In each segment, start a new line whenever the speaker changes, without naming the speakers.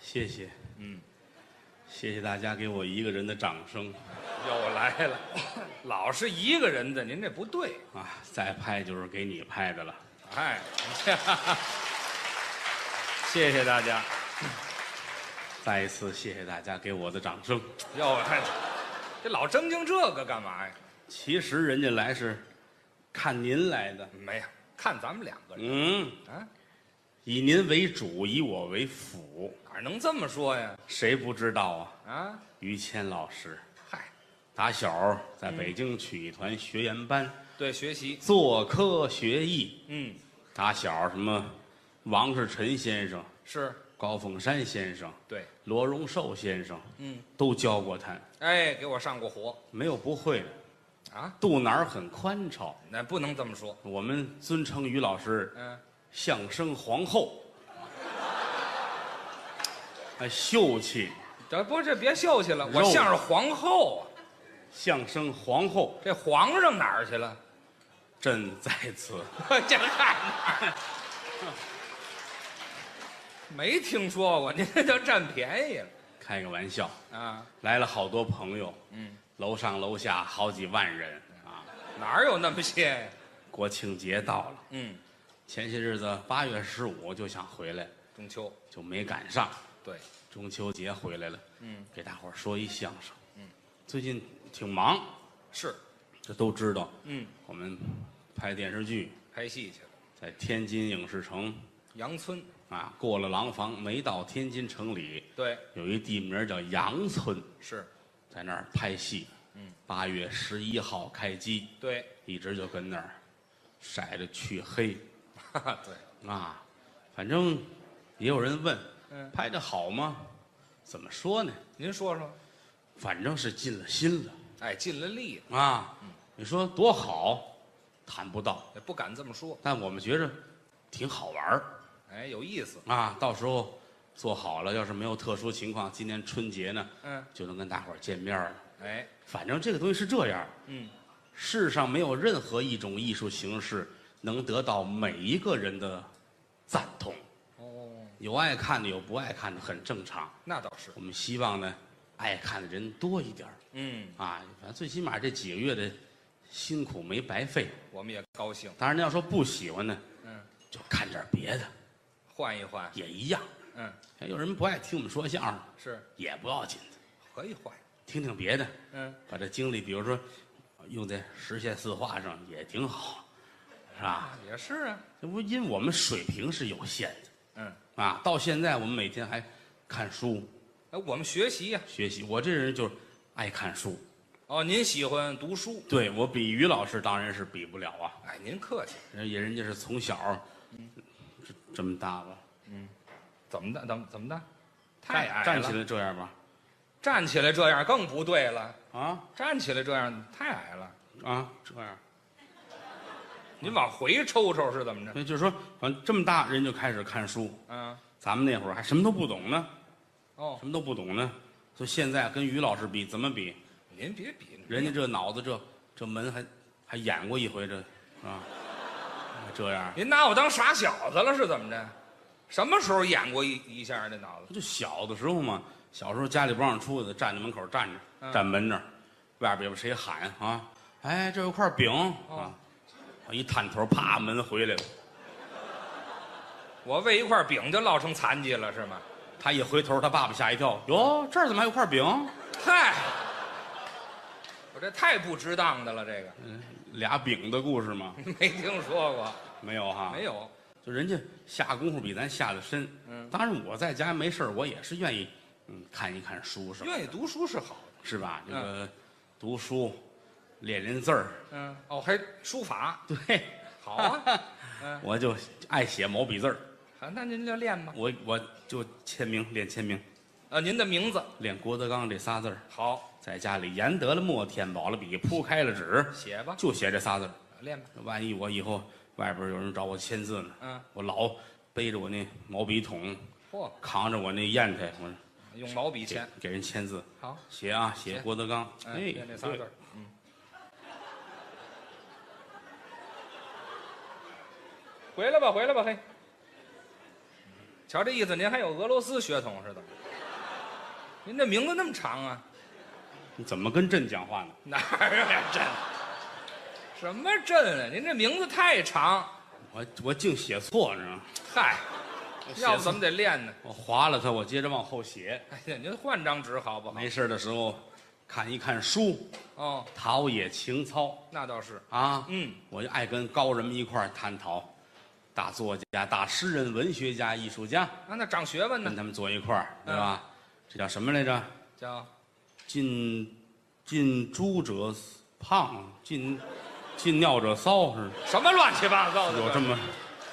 谢谢，嗯，谢谢大家给我一个人的掌声
又来了，老是一个人的，您这不对。
啊！再拍就是给你拍的了。
哎，谢谢大家。
再一次谢谢大家给我的掌声。
哟，哎这老争经这个干嘛呀？
其实人家来是看您来的，
没有，看咱们两个人
嗯，
啊，
以您为主，以我为辅，
哪能这么说呀？
谁不知道啊？
啊，
于谦老师
嗨，
打小在北京曲艺团学员班、
对，学习，
做科学艺，
嗯，
打小什么王世臣先生、
是
高凤山先生、
对，
罗荣寿先生
嗯，
都教过他，
哎，给我上过火
没有不会的。
啊？
肚腩儿很宽敞，
那不能这么说，
我们尊称于老师
嗯、
相声皇 后，哎，秀气，
这不这别秀气了，我
肉
像是皇后啊，
相声皇后，
这皇上哪儿去了？
朕在此。
这嗨， 没听说过，您这叫占便宜了
开个玩笑，
啊？
来了好多朋友，
嗯，
楼上楼下好几万人啊！
哪儿有那么些呀？
国庆节到了，
嗯，
前些日子八月十五就想回来，
中秋，
就没赶上。
对，
中秋节回来了，
嗯，
给大伙儿说一相声。嗯，最近挺忙，
是，
这都知道。
嗯，
我们拍电视剧，
拍戏去了，
在天津影视城
杨村，
啊，过了廊坊，没到天津城里，
对，
有一地名叫杨村，
是，
在那儿拍戏。嗯，八月十一号开机，
对，
一直就跟那儿晒着去黑
哈哈，对，
啊。反正也有人问，
嗯
拍的好吗？怎么说呢？
您说说，
反正是尽了心了
哎，尽了力了，
啊。你说多好，谈不到，
也不敢这么说，
但我们觉着挺好玩儿。
哎，有意思，
啊，到时候做好了，要是没有特殊情况，今年春节呢，
嗯，
就能跟大伙儿见面了。
哎，
反正这个东西是这样，
嗯，
世上没有任何一种艺术形式能得到每一个人的赞同，
哦，
有爱看的，有不爱看的，很正常。
那倒是，
我们希望呢，爱看的人多一点儿
嗯，
啊，反正最起码这几个月的辛苦没白费。
嗯我们也高兴，
当然，要说不喜欢呢，
嗯，
就看点儿别的，
换一换，
也一样。
嗯，
有人不爱听我们说相声
是，
也不要紧，
可以换，
听听别的。
嗯，
把这精力，比如说用在实现四化上也挺好，是吧？
啊，也是啊，
这不因为我们水平是有限的
嗯，
啊，到现在我们每天还看书
哎，我们学习呀、
学习。我这人就是爱看书，
哦，您喜欢读书，
对我比于老师当然是比不了啊，
哎，您客气，
人家人家是从小，
嗯
这这么大了，
怎么的，怎么怎么的，太
站
矮
站
了，
起来这样吧，
站起来这样更不对了，
啊
站起来这样太矮了。
啊这样，
您往回抽抽是怎么着？
所以就是说，反正这么大人就开始看书，
嗯，
咱们那会儿还什么都不懂呢，
哦，
什么都不懂呢，所以现在跟于老师比怎么比？
您别比，
人家这脑子这这门还还演过一回这啊，啊这样
您拿我当傻小子了是怎么着？什么时候演过一一下这脑子？
就小的时候嘛，小时候家里不让出去，站在门口站着，
嗯
站门那儿，外边有谁喊啊？哎，这有块饼啊！我一探头，啪，门回来了。
我为一块饼就落成残疾了是吗？
他一回头，他爸爸吓一跳，哟，这儿怎么还有块饼？
嗨，我这太不值当的了，这个
嗯，俩饼的故事吗？
没听说过，
没有哈，
没。有。
就人家下功夫比咱下的深。
嗯
当然我在家没事儿我也是愿意，嗯，看一看书什么的。
愿意读书是好的，
是吧？这个读书，练练字儿，
嗯，哦，还书法
对，
好啊，嗯，
我就爱写毛笔字儿，
好，啊那您就练吧。
我我就签名练签名，
啊，您的名字
练郭德纲这仨字儿，
好，
在家里研得了墨，填饱了笔，铺开了纸，
写吧，啊
就写这仨字儿。
练吧。
万一我以后外边有人找我签字呢，
嗯，
我老背着我那毛笔筒，
嚯，
扛着我那砚台，我
用毛笔
给
签，
给人签字，
好，
写啊写
写
郭德纲，
哎，
哎，
练这仨字
对
儿，嗯，回来吧，回来吧，嘿，瞧这意思，您还有俄罗斯血统似的。您这名字那么长啊？
你怎么跟朕讲话呢？
哪儿啊朕？什么朕啊？您这名字太长，
我我净写错，你知道吗？
嗨，要不咱
怎
们得练呢。
我划了它，我接着往后写。
哎呀，您换张纸好不好？
没事的时候看一看书，
哦，
陶冶情操
那倒是。
啊。
嗯，
我就爱跟高人们一块儿探讨，大作家、大诗人、文学家、艺术家，
啊，那长学问
跟
呢？
他们坐一块儿，对吧？
嗯
这叫什么来着？
叫
近近朱者胖，近近尿者骚，是
什么乱七八糟的？
有这么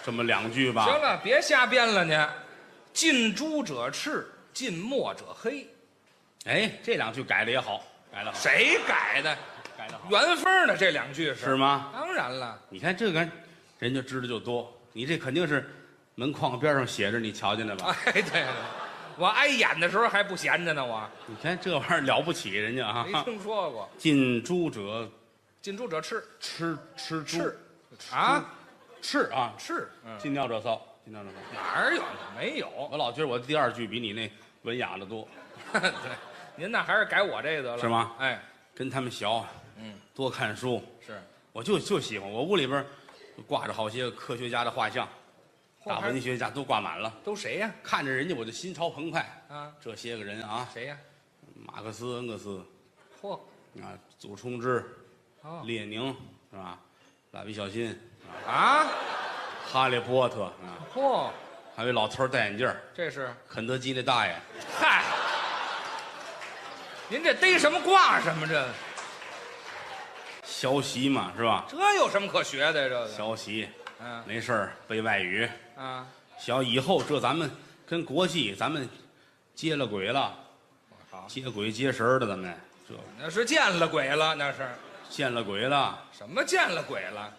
这么两句吧？
行了，别瞎编了您。近朱者赤，近墨者黑。
哎，这两句改的也好，改的好，
谁改的？
改的好，
原封的这两句是
是？吗？
当然了，
你看这个，人家知道就多。你这肯定是门框边上写着，你瞧见了吧？
哎，对了，我挨演的时候还不闲着呢，我
你看这玩意儿了不起，人家
没
啊，
听说过。
近朱者
近朱者赤，
吃吃猪
赤啊，
赤啊，
赤，嗯，
近尿者骚，近尿者骚。
哪儿有？没有。
我老觉得我第二句比你那文雅的多，
对，您那还是改我这个得了，
是吗？
哎，
跟他们学，啊
嗯，
多看书。
是
我就就喜欢，我屋里边挂着好些科学家的画像，大文学家都挂满了，
都谁呀？
看着人家我就心潮澎湃。
啊，
这些个人啊，
谁呀？
马克思、恩格斯
嚯，
啊，祖冲之、
哦
列宁是吧？蜡笔小新、
啊，
哈利波特啊，
嚯，
还有一老头儿戴眼镜儿，
这是
肯德基那大爷，
嗨，您这逮什么挂什么这？
学习嘛是吧？
这有什么可学的？这个，
学习
嗯
没事儿背外语，
啊，
想以后这咱们跟国际咱们接了轨了，
好，
接轨接神儿的咱们这
那是见了鬼了，那是
见了轨了。
什么见了鬼了？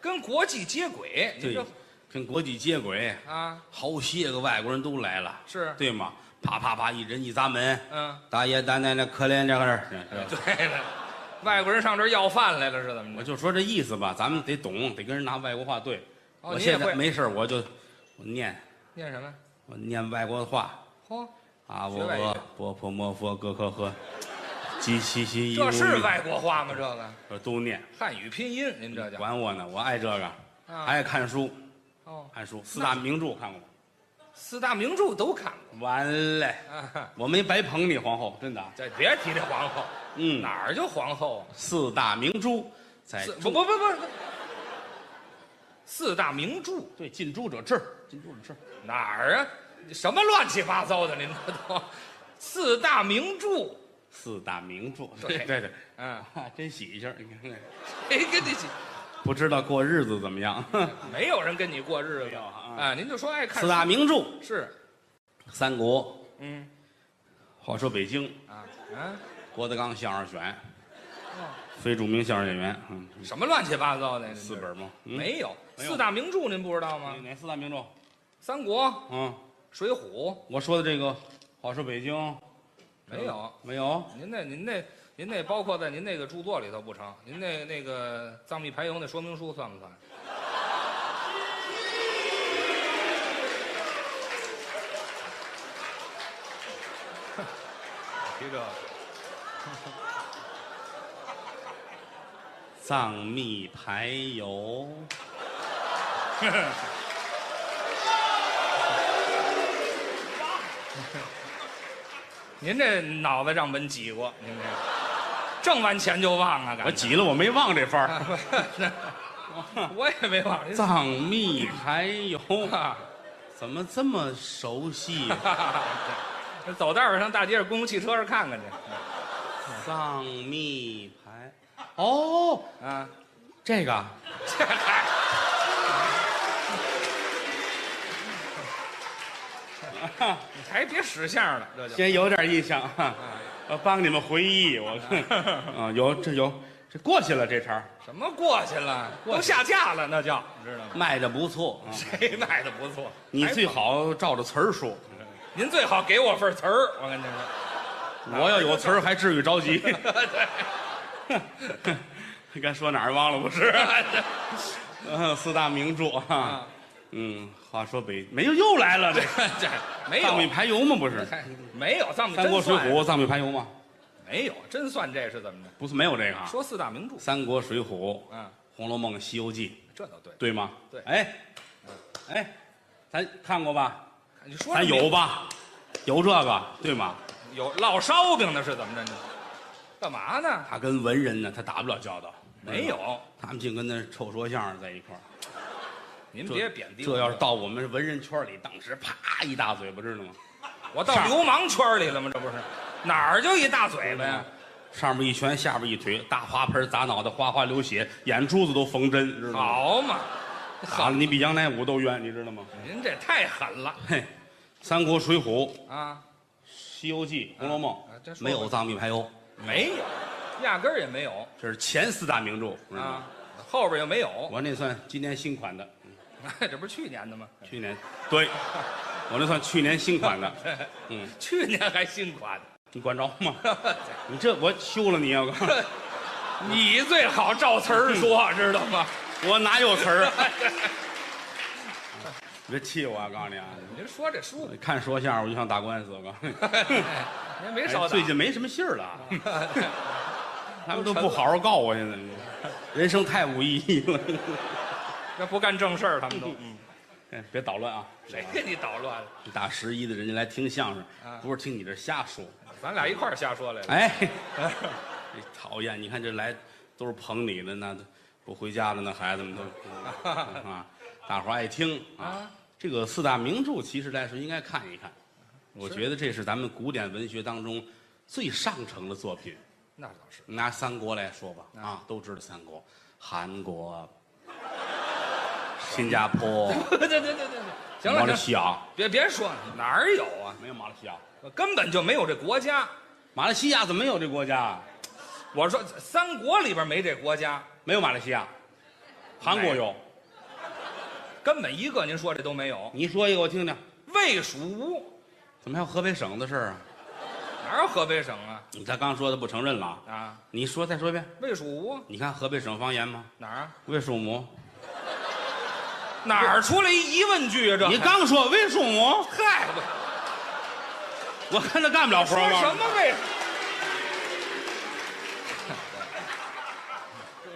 跟国际接轨，您
对
哎这，
跟国际接轨，
啊
好些个外国人都来了，
是
对吗？啪啪啪，一人一砸门，
嗯，
大爷大奶奶，可怜这个人。
对了，外国人上这儿要饭来了是怎么
我
着？
就说这意思吧，咱们得懂，得跟人拿外国话对。
哦
我
你也
现在
会
没事儿我就我念
念什么？
我念外国话
嚯，
啊，
学
我
外语
俄波婆摩佛哥科和，吉西西伊
这是
乌
外国话吗？这个
我都念，
汉语拼音，您这叫
管我呢，我爱这个，
啊
爱看书，
哦，
看书四大名著看过吗？
四大名著都看
完嘞，
过啊。
我没白捧你皇后，真的啊，
这别提这皇后，
嗯。
哪儿就皇后啊？
四大名著，在
四
中
不不不不，四大名著
对近朱者赤，近朱者赤，
哪儿啊？什么乱七八糟的？您这都四大名著，
四大名著，
对
对对，
嗯，
啊真喜一下，你看看，
谁跟你
不知道过日子怎么样？
没有人跟你过日
没
子
有啊
啊？您就说爱看
四大名著，
是
三国，
嗯
话说北京，
啊啊
郭德纲相声选
哦，
非著名相声演员，嗯，
什么乱七八糟的？您这
四本吗？嗯，
没有
没有
四大名著，您不知道吗
哪？哪四大名著？
三国、
嗯，
水浒
我说的这个，话说北京
没有。
没有？
您那、您那、您那包括在您那个著作里头不成？您那那个藏秘排油那说明书算不算？ 提这个
藏秘排油，
您这脑子让门挤过，您这挣完钱就忘啊，
我
感觉。
挤了，我没忘这法儿。
我也没忘。您
藏秘排油。
啊
怎么这么熟 悉？
走道儿上大街上公共汽车上看看去
藏秘排，哦，
啊！
这 个啊
这还
哈
你 还别识相了， 这就
先有点印象，哈 我帮你们回忆。我啊，有这有这过去了，这茬儿
什么过去了，都下架了，那叫你知道吗？
卖的不错啊。
谁卖的不错？
你最好照着词儿说，
嗯您最好给我份词儿，我跟您说，
我要有词儿还至于着急。
对， 啊
该说哪儿忘了不是？嗯，四大名著哈，嗯，话说北没有又来了，这
这 没
藏米
有，
排油吗？不是
还没有藏米
三
真
国水
算
浒藏米排油吗？
没有，真算这是怎么着？
不是没有这个啊。
说四大名著，
三国水浒、
嗯，
红楼梦、西游记，
这倒对。
对吗？
对嗯
哎，哎，咱看过吧？
你说
咱
什么
有吧？有这个对吗？
有烙烧饼的是怎么着？呢？干嘛呢？
他跟文人呢，他打不了交道。
没有，
他们净跟那臭说相声在一块儿。
您
这
别贬低我。
这要是到我们文人圈里，当时啪一大嘴巴，知道吗？
我到
上
流氓圈里了吗？这不是哪儿就一大嘴巴呀？
上面一拳，下边一腿，大花盆砸脑袋，哗哗流血，眼珠子都缝针，知道吗？
好嘛，
打了你比杨乃武都冤，你知道吗？
您这太狠了
嘿，《三国水浒》《
啊！
西游记》《红楼梦
啊啊真》说吧
没有藏米排油，
没有，压根儿也没有
这是前四大名著，知道吗？
啊，后边又没有，
我那算今年新款的，
这不是去年的吗？
去 年对，我那算去年新款的。嗯，
去年还新款，
你管着 吗？你这我休了你啊！我告诉
你最好照词儿说，知道吗？
你，我哪有词儿嗯啊？你别气我啊！告诉你啊，
您说这书，
看说相声我就想打官司，我告诉你。
您没少
哎
打。
最近没什么信儿了
哦
啊，他们都不好好告我，现在人生太无意义了。
这不干正事儿，他们都
哎别捣乱啊！
谁给你捣乱了？
大十一的人家来听相声
啊，
不是听你这瞎说。
咱俩一块儿瞎说来了。
哎， 这讨厌！你看这来都是捧你的，那都不回家了，那孩子们 都嗯啊，大伙儿爱听啊
啊。
这个四大名著，其实来说应该看一看，我觉得这是咱们古典文学当中最上乘的作品。
那倒是，
拿三国来说吧，啊，都知道三国，韩国、新加坡、
对对对对对，行
马来
了行了，
西亚，
别别说了，哪儿有啊？
没有马来西亚，
根本就没有这国家。
马来西亚怎么没有这国家？啊
我说三国里边没这国家，
没有马来西亚，韩国
没
有。
根本一个您说这都没有。
你说一个我听听，
魏、蜀、吴，怎
怎么还有河北省的事儿啊？
哪有河北省啊？
你才刚说的不承认了啊，
啊，
你说再说一遍。
魏、蜀、吴
你看河北省方言吗？
哪儿啊？
魏蜀吴，
哪儿出来一疑问句啊？这
你刚说魏蜀吴，
嗨，我
我看他干不了活儿。
说
我告诉
什
你
么魏？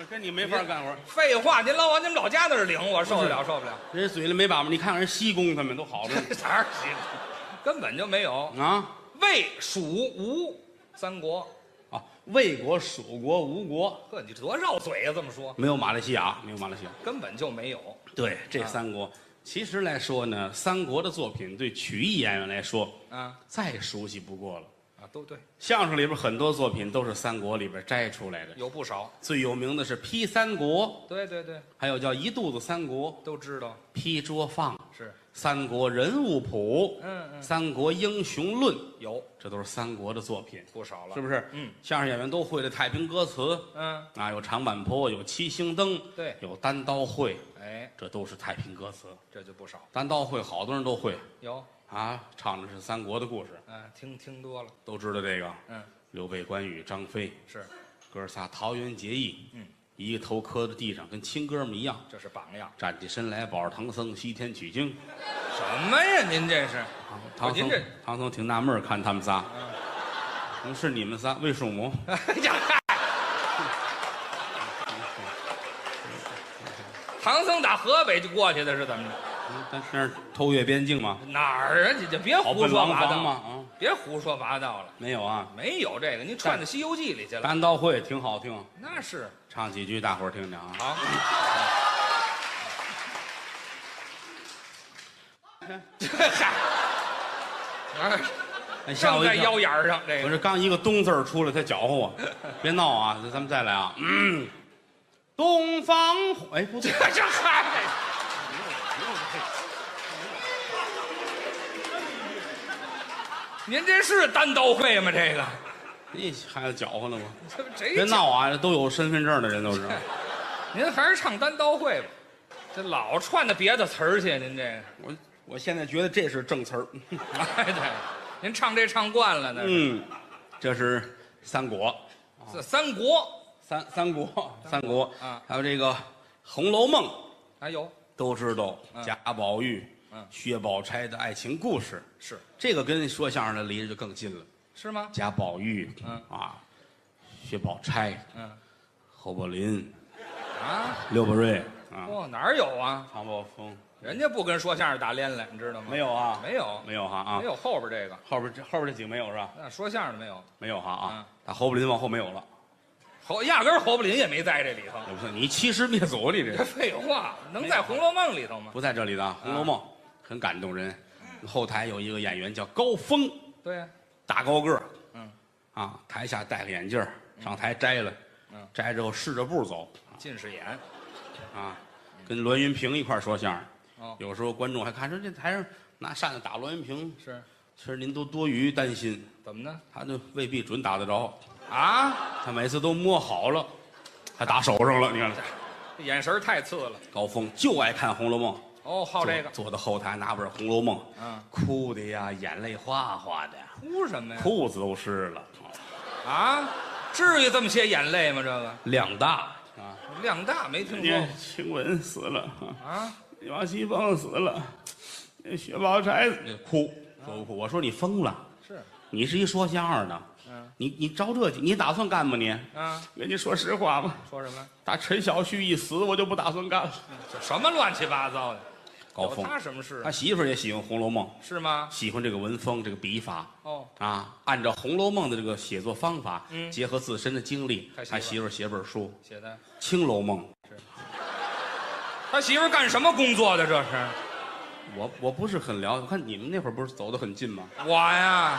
我跟你没法干活儿，
废话，您老往你们老家那儿领，我受得了受不了。
人家嘴里没把门。你看看人西宫他们都好着呢
哪儿行？啊根本就没有
啊
魏、蜀、吴三国。
啊！魏国、蜀国、吴国，
呵，你这多绕嘴啊！这么说，
没有马来西亚，没有马来西亚。
根本就没有。
对，
啊
这三国，其实来说呢，三国的作品对曲艺演员来说
啊
再熟悉不过了。
啊，都对，
相声里边很多作品都是三国里边摘出来的，
有不少。
最有名的是《批三国》，
对对对，
还有叫《一肚子三国》《
都知道
批桌放》《
是
三国人物谱》
嗯嗯
《三国英雄论》，
有
这都是三国的作品，
不少了，
是不
是？
是？
嗯，
相声演员都会的太平歌词
嗯，
啊，有长坂坡，有七星灯，
对
有单刀会，
哎，
这都是太平歌词。
这就不少。
单刀会好多人都会
有，
啊，唱的是三国的故事，
嗯、听听多了，
都知道这个。
嗯，
刘备、关羽、张飞，
是，
哥仨桃园结义，
嗯，
一个头磕在地上，跟亲哥们一样，
这是榜样。
站起身来，保着唐僧西天取经。
什么呀？您这是？
唐唐僧
您这，
唐僧挺纳闷儿看他们仨
嗯，
嗯，是你们仨魏蜀吴，
哎呀，嗨 唐僧打河北就过去的是怎么着？
嗯咱是那儿偷越边境吗？
哪儿啊？你就别
好
胡
奔
说
王
八
房吗？
道，
啊，
别胡说八道了，
没有啊。
没有这个，您串到《西游记》里去了。
单刀会挺好听，
那是
唱几句大伙儿听听 啊。
好，这嗨，啊
哎吓
正
我一
在
跳！
腰眼儿上，这
我
个
这刚一个“东”字儿出来，他搅和 我，别闹啊！咱们再来啊。嗯，东方红，哎，不对，
这嗨，您这是单刀会吗？这个，
你孩子搅和了我。
这这
别，闹啊！都有身份证的人都是。
您还是唱单刀会吧，这老串的别的词儿去，您这个，
我我现在觉得这是正词儿。
哎对，您唱这唱惯了呢，
嗯，这是三国，
这三国
三三国，三国
啊
还有这个《红楼梦》
哎还有
都知道
嗯
贾宝玉、
嗯
薛宝钗的爱情故事，
是
这个跟说相声的离着就更近了。
是吗？
贾宝玉，
嗯
啊，薛宝钗、
嗯
侯宝林、
啊，
刘宝瑞啊，
哦，哪儿有啊？
唐宝峰
人家不跟说相声打连来，你知道吗？
没有啊，
没有，
没有哈啊
没，有后边这个，
后边这后边这几个没有是吧？
那说相声的没有，
没有哈啊
嗯，
打侯宝林往后没有了，
侯压根儿侯宝林也没在这里 头。
我说你欺师灭祖，啊你这
这废话，能在《红楼梦》里头吗？
不在这里的啊《红楼梦》很感动人，后台有一个演员叫高峰，
对啊呀，
大高个儿，
嗯，
啊，台下戴个眼镜儿上台摘了，
嗯
摘之后试着步走
近视眼。
啊，跟栾云平一块儿说相声，
哦，
有时候观众还看说这台上拿扇子打栾云平，
是
其实您都多余担心，
怎么呢？
他就未必准打得着，
啊，
他每次都摸好了，还打手上了，你看
眼神儿太次了。
高峰就爱看《红楼梦》，
哦，好这个，
坐坐到后台拿本《红楼梦》，
嗯，
哭的呀，眼泪哗哗的呀。
哭什么呀？
裤子都湿了，
啊，至于这么些眼泪吗？这个
量大啊！
量大没听
人家
说
晴雯死了，啊
过啊？
王熙凤死了，那薛宝钗死哭说不哭？我说你疯了，
是，
你是一说相声的，
嗯
你你着这急，你打算干吗你？
啊，
跟你说实话吧，
说什 么？
打陈小旭一死，我就不打算干了。
这什么乱七八糟的？
高
有
峰，哎
他什么事
他
啊？
媳妇儿也喜欢《红楼梦
是吗》，？
喜欢这个文风，这个笔法。
哦，
啊，按照《红楼梦》的这个写作方法，
嗯
结合自身的经历，
他媳妇儿
他媳妇儿写本书
写的。
《青楼梦》。
他媳妇儿干什么工作的？这是
我我不是很了解，我看你们那会儿不是走得很近吗？
我呀，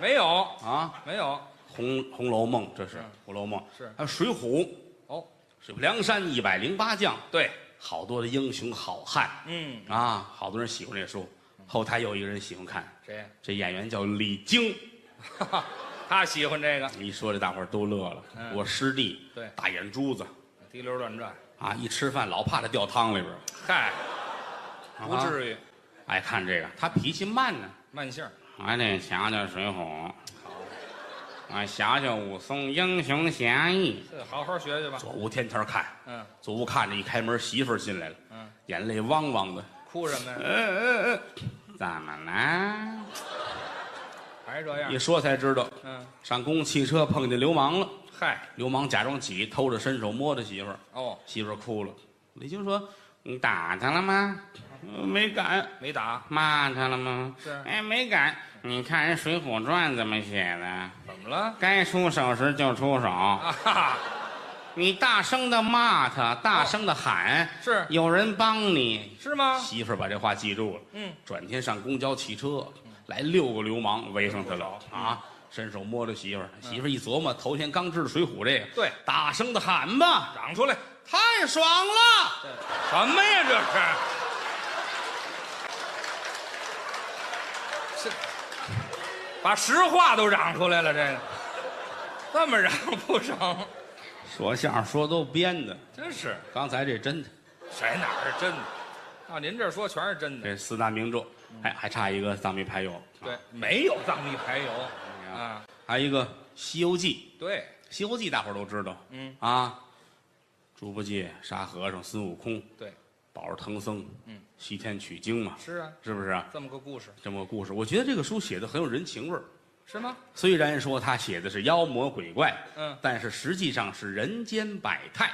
没有，
啊，
没
《
有。
红红楼梦》这是《
嗯
红楼梦》
是
还有《水浒》，
哦，
水泊梁山一百零八将，
对，
好多的英雄好汉
嗯，
啊，好多人喜欢这书。后台有一个人喜欢看，
谁？
这演员叫李菁，
哈哈， 他喜欢这个
一说这大伙儿都乐了。
嗯
我师弟，
对
大眼珠子
滴溜乱转。
啊，一吃饭老怕他掉汤里边儿，
嗨，不
啊
至于，
爱看这个。他脾气慢呢，哎
慢性儿。
俺得想想《水哎浒》，俺想想武松英雄侠义。
这好好学学吧。
左屋天天看，
嗯
左屋看着一开门，媳妇儿进来了，
嗯，
眼泪汪汪的。呃
哭什么呀？
怎么了？
还是这样
一。说才知道，
嗯，
上公共汽车碰见流氓了。
嗨，
流氓假装起，偷着伸手摸着媳妇儿，
哦，
媳妇儿哭了。李菁说：“你打他了吗？呃没敢。
没打，
骂他了吗？
是
哎，没敢。你看人《水浒传》怎么写的？
怎么了？
该出手时就出手。
啊哈，
你大声的骂他，大声的喊，
哦是
有人帮你。
是吗？
媳妇儿把这话记住了。
嗯，
转天上公交汽车，来六个流氓围上他了啊！
嗯
伸手摸着媳妇儿，媳妇儿一琢磨，头天刚知道《水浒》这个，
对，
大声的喊吧，
嚷出来！
太爽了！
什么呀？这是，是，把实话都嚷出来了，这个，这么嚷不成？
说相声说都编的，
真是，
刚才这真的，
谁哪儿是真的？到啊您这儿说全是真的。
这四大名著，哎还还差一个藏秘牌友，
对，没有藏秘排油
看
啊。
还有一个《西游记》，
对，
《西游记》大伙儿都知道
嗯，
啊，猪八戒、沙和尚、孙悟空、
对，
保着唐僧，
嗯，
西天取经嘛，
是啊，
是不是啊？
这么个故事
这么个故事，我觉得这个书写的很有人情味儿。
是吗？
虽然说他写的是妖魔鬼怪，
嗯，
但是实际上是人间百态。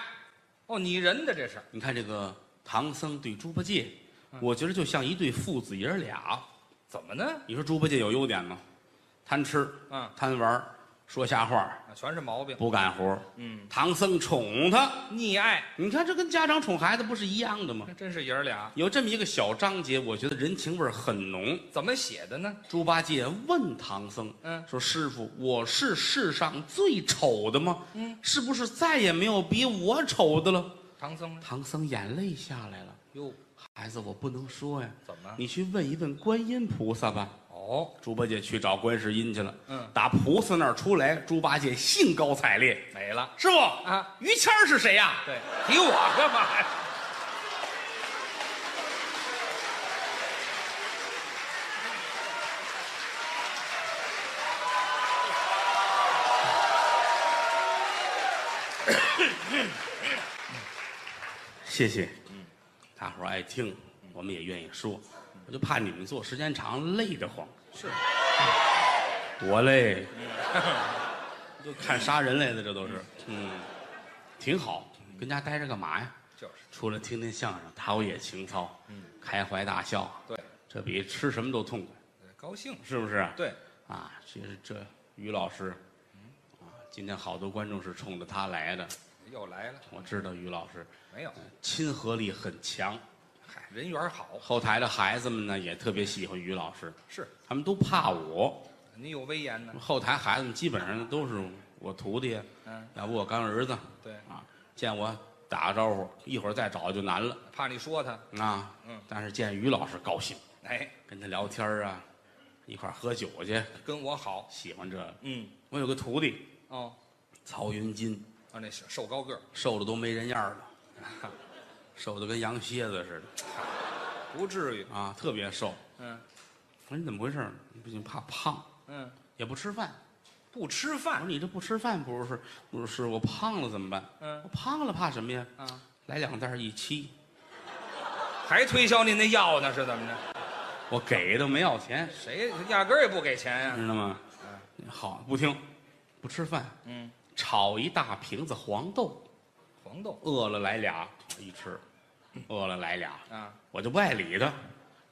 哦，拟人的这是
你看这个唐僧对猪八戒，
嗯
我觉得就像一对父子爷儿俩。
怎么呢？
你说猪八戒有优点吗？贪吃、
啊，
贪玩儿、说瞎话儿、
全是毛病。
不干活儿。
嗯，
唐僧宠他，
溺爱，
你看这跟家长宠孩子不是一样的吗
那？真是爷儿俩。
有这么一个小章节，我觉得人情味儿很浓。
怎么写的呢？
猪八戒问唐僧
嗯，
说：“师傅，我是世上最丑的吗？
嗯，
是不是再也没有比我丑的了
唐僧？”呢？
唐僧眼泪下来了，
哟，
孩子，我不能说呀，
怎么？
你去问一问观音菩萨吧。
哦，
猪八戒去找观世音去了，
嗯，
打菩萨那儿出来，猪八戒兴高采烈
没了：“
师傅
啊！
于谦儿是谁呀、
对，提我干嘛呀？嗯
谢谢。大伙儿爱听，我们也愿意说。我就怕你们做时间长累得慌，
是，
多累，
嗯
都看杀人来的，这都是，嗯，挺好。跟家待着干嘛呀？
就是
除了听听相声，陶冶情操，
嗯，
开怀大笑，
对，
这比吃什么都痛快，
高兴
是不是？
对，
啊，其实这于老师，啊，今天好多观众是冲着他来的，
又来了，
我知道于老师
没有，
亲和力很强，
嗨，人缘好
后台的孩子们呢也特别喜欢于老师，
是，
他们都怕我，
您有威严呢，
后台孩子们基本上都是我徒弟，
嗯，
要不我干儿子
对，
啊，见我打个招呼，一会儿再找就难了
怕你说他，
啊。
嗯，
但是见于老师高兴，
哎，
跟他聊天啊，一块儿喝酒去，
跟我好，
喜欢这个。
嗯，
我有个徒弟
哦，
曹云金，
啊，那是瘦高个儿，
瘦的都没人样儿了， 瘦的跟羊蝎子似的
不至于，
啊，特别瘦。
嗯
我说你怎么回事儿？你不仅怕胖，
嗯，
也不吃饭。
不
我
吃
说
饭，
你这不吃饭不是？不是我胖了怎么办？我
嗯
胖了怕什么呀？
啊，
来两袋儿一七，
还推销您那药呢，是怎么着？
我给都没要钱，
谁压根儿也不给钱呀？
知道吗？好，不听，不吃饭，
嗯，
炒一大瓶子黄豆，
黄豆
饿了来俩，一吃，饿了来俩，
啊，
我就不爱理他。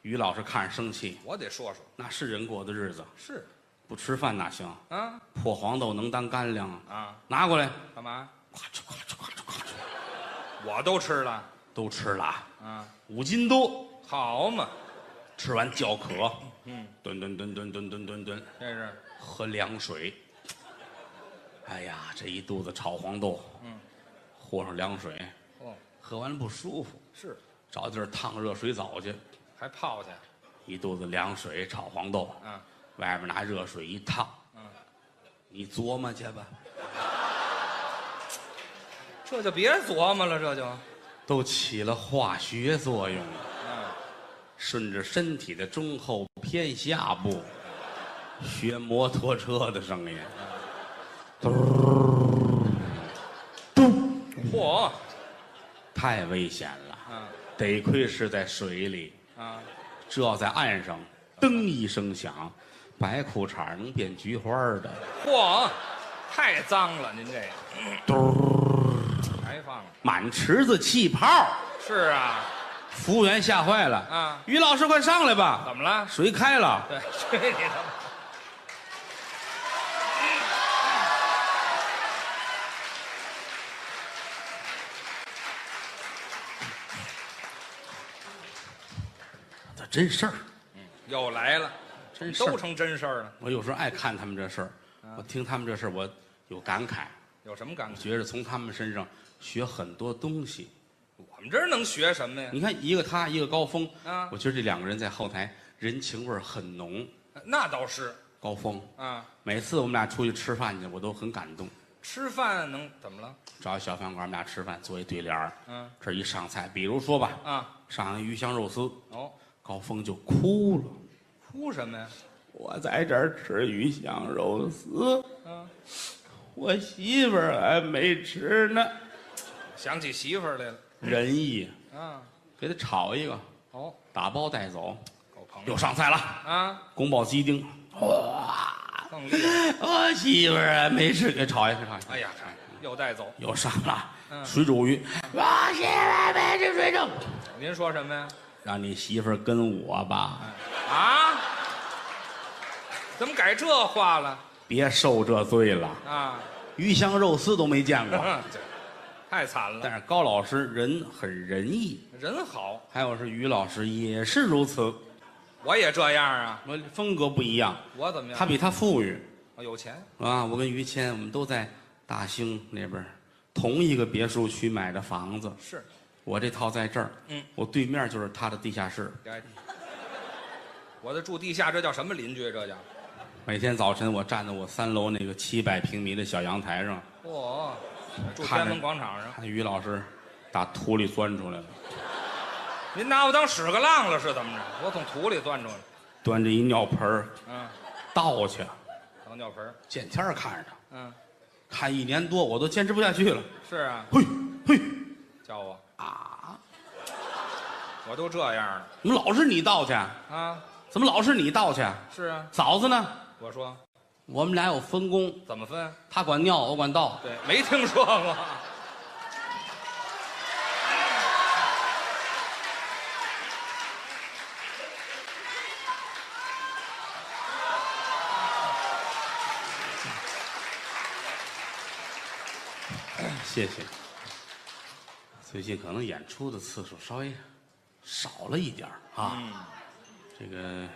于老师看着生气，
我得说说，
那是人过的日子，
是
不吃饭哪行？
啊
破黄豆能当干粮啊！
啊，
拿过来，
干嘛？
咵哧咵哧咵哧咵哧，
我都吃了
都吃了啊，
啊，
五斤多。
好嘛，
吃完叫渴，
嗯，
蹲蹲蹲蹲蹲蹲蹲蹲，
这是
喝凉水。哎呀，这一肚子炒黄豆，
嗯，
和上凉水，
哦，
喝完了不舒服，
是
找地儿烫热水澡去。
还泡去
一肚子凉水炒黄豆，
啊？
外边拿热水一烫，
嗯，
你琢磨去吧，
这就别琢磨了，这就，
都起了化学作用了。
嗯，
顺着身体的中后偏下部，学摩托车的声音，
嚯，
太危险了。
啊
得亏是在水里，
啊，
这要在岸上，噔一声响，白裤衩儿能变菊花儿的。
嚯，太脏了，您这个，还放了，
满池子气泡，
是啊
服务员吓坏了。
啊，
于老师，快上来吧，
怎么了？
水开了。
对，去你的吧！
这真事儿，
又来了，
真事
都
儿。
成真事儿了，
我有时候爱看他们这事儿，
啊
我听他们这事儿，我有感慨，
有什么感觉？
觉着从他们身上学很多东西。
我们这儿能学什么呀？
你看，一个他，一个高峰，
啊
我，觉得这两个人在后台人情味儿很浓。
那倒是
高峰
啊，
每次我们俩出去吃饭去，我都很感动。
吃饭能怎么了？
找一小饭馆，我们俩吃饭，坐一对联儿，
嗯
这一上菜，比如说吧，
啊，
上鱼香肉丝，
哦，
高峰就哭了。
哭什么呀？
我在这儿吃鱼香肉丝，
啊，
我媳妇儿还没吃呢。
想起媳妇儿来了
仁义，
啊，
给他炒一个，
哦，
打包带走。
够朋友
又上菜了，
啊，
宫保鸡丁，哇！
更厉害！
我媳妇儿还啊没吃，给炒一个，给炒一个。
哎呀，看又带走。
又上了、
嗯
水煮鱼，我媳妇儿没吃水煮，
您说什么呀？
让你媳妇儿跟我吧，
啊？怎么改这话了
别受这罪了。
啊？
鱼香肉丝都没见过，
这太惨了。
但是高老师人很仁义，
人好，
还有是于老师也是如此，
我也这样啊。
我风格不一样，
我怎么样？
他比他富裕
哦有钱
啊。我跟于谦我们都在大兴那边儿同一个别墅区买的房子，
是，
我这套在这儿，
嗯，
我对面就是他的地下室，
哎我这住地下，这叫什么邻居？啊这叫
每天早晨我站在我三楼那个七百平米的小阳台上。
嚯、哦住天安门广场上。
看于老师打土里钻出来了，
您拿我当屎壳郎了是怎么着？我从土里钻出来。
端着一尿盆儿
嗯，
倒去，
当尿盆儿。
见天儿看着他，
嗯，
看一年多，我都坚持不下去了。
是啊，
嘿，嘿，
叫我
啊，
我都这样了
怎么老是你道去？
啊！
怎么老是你道去？
是啊，
嫂子呢？
我说
我们俩有分工，
怎么分？
她管尿，我管道。
对，没听说过。
谢谢。最近可能演出的次数稍微少了一点儿啊，这个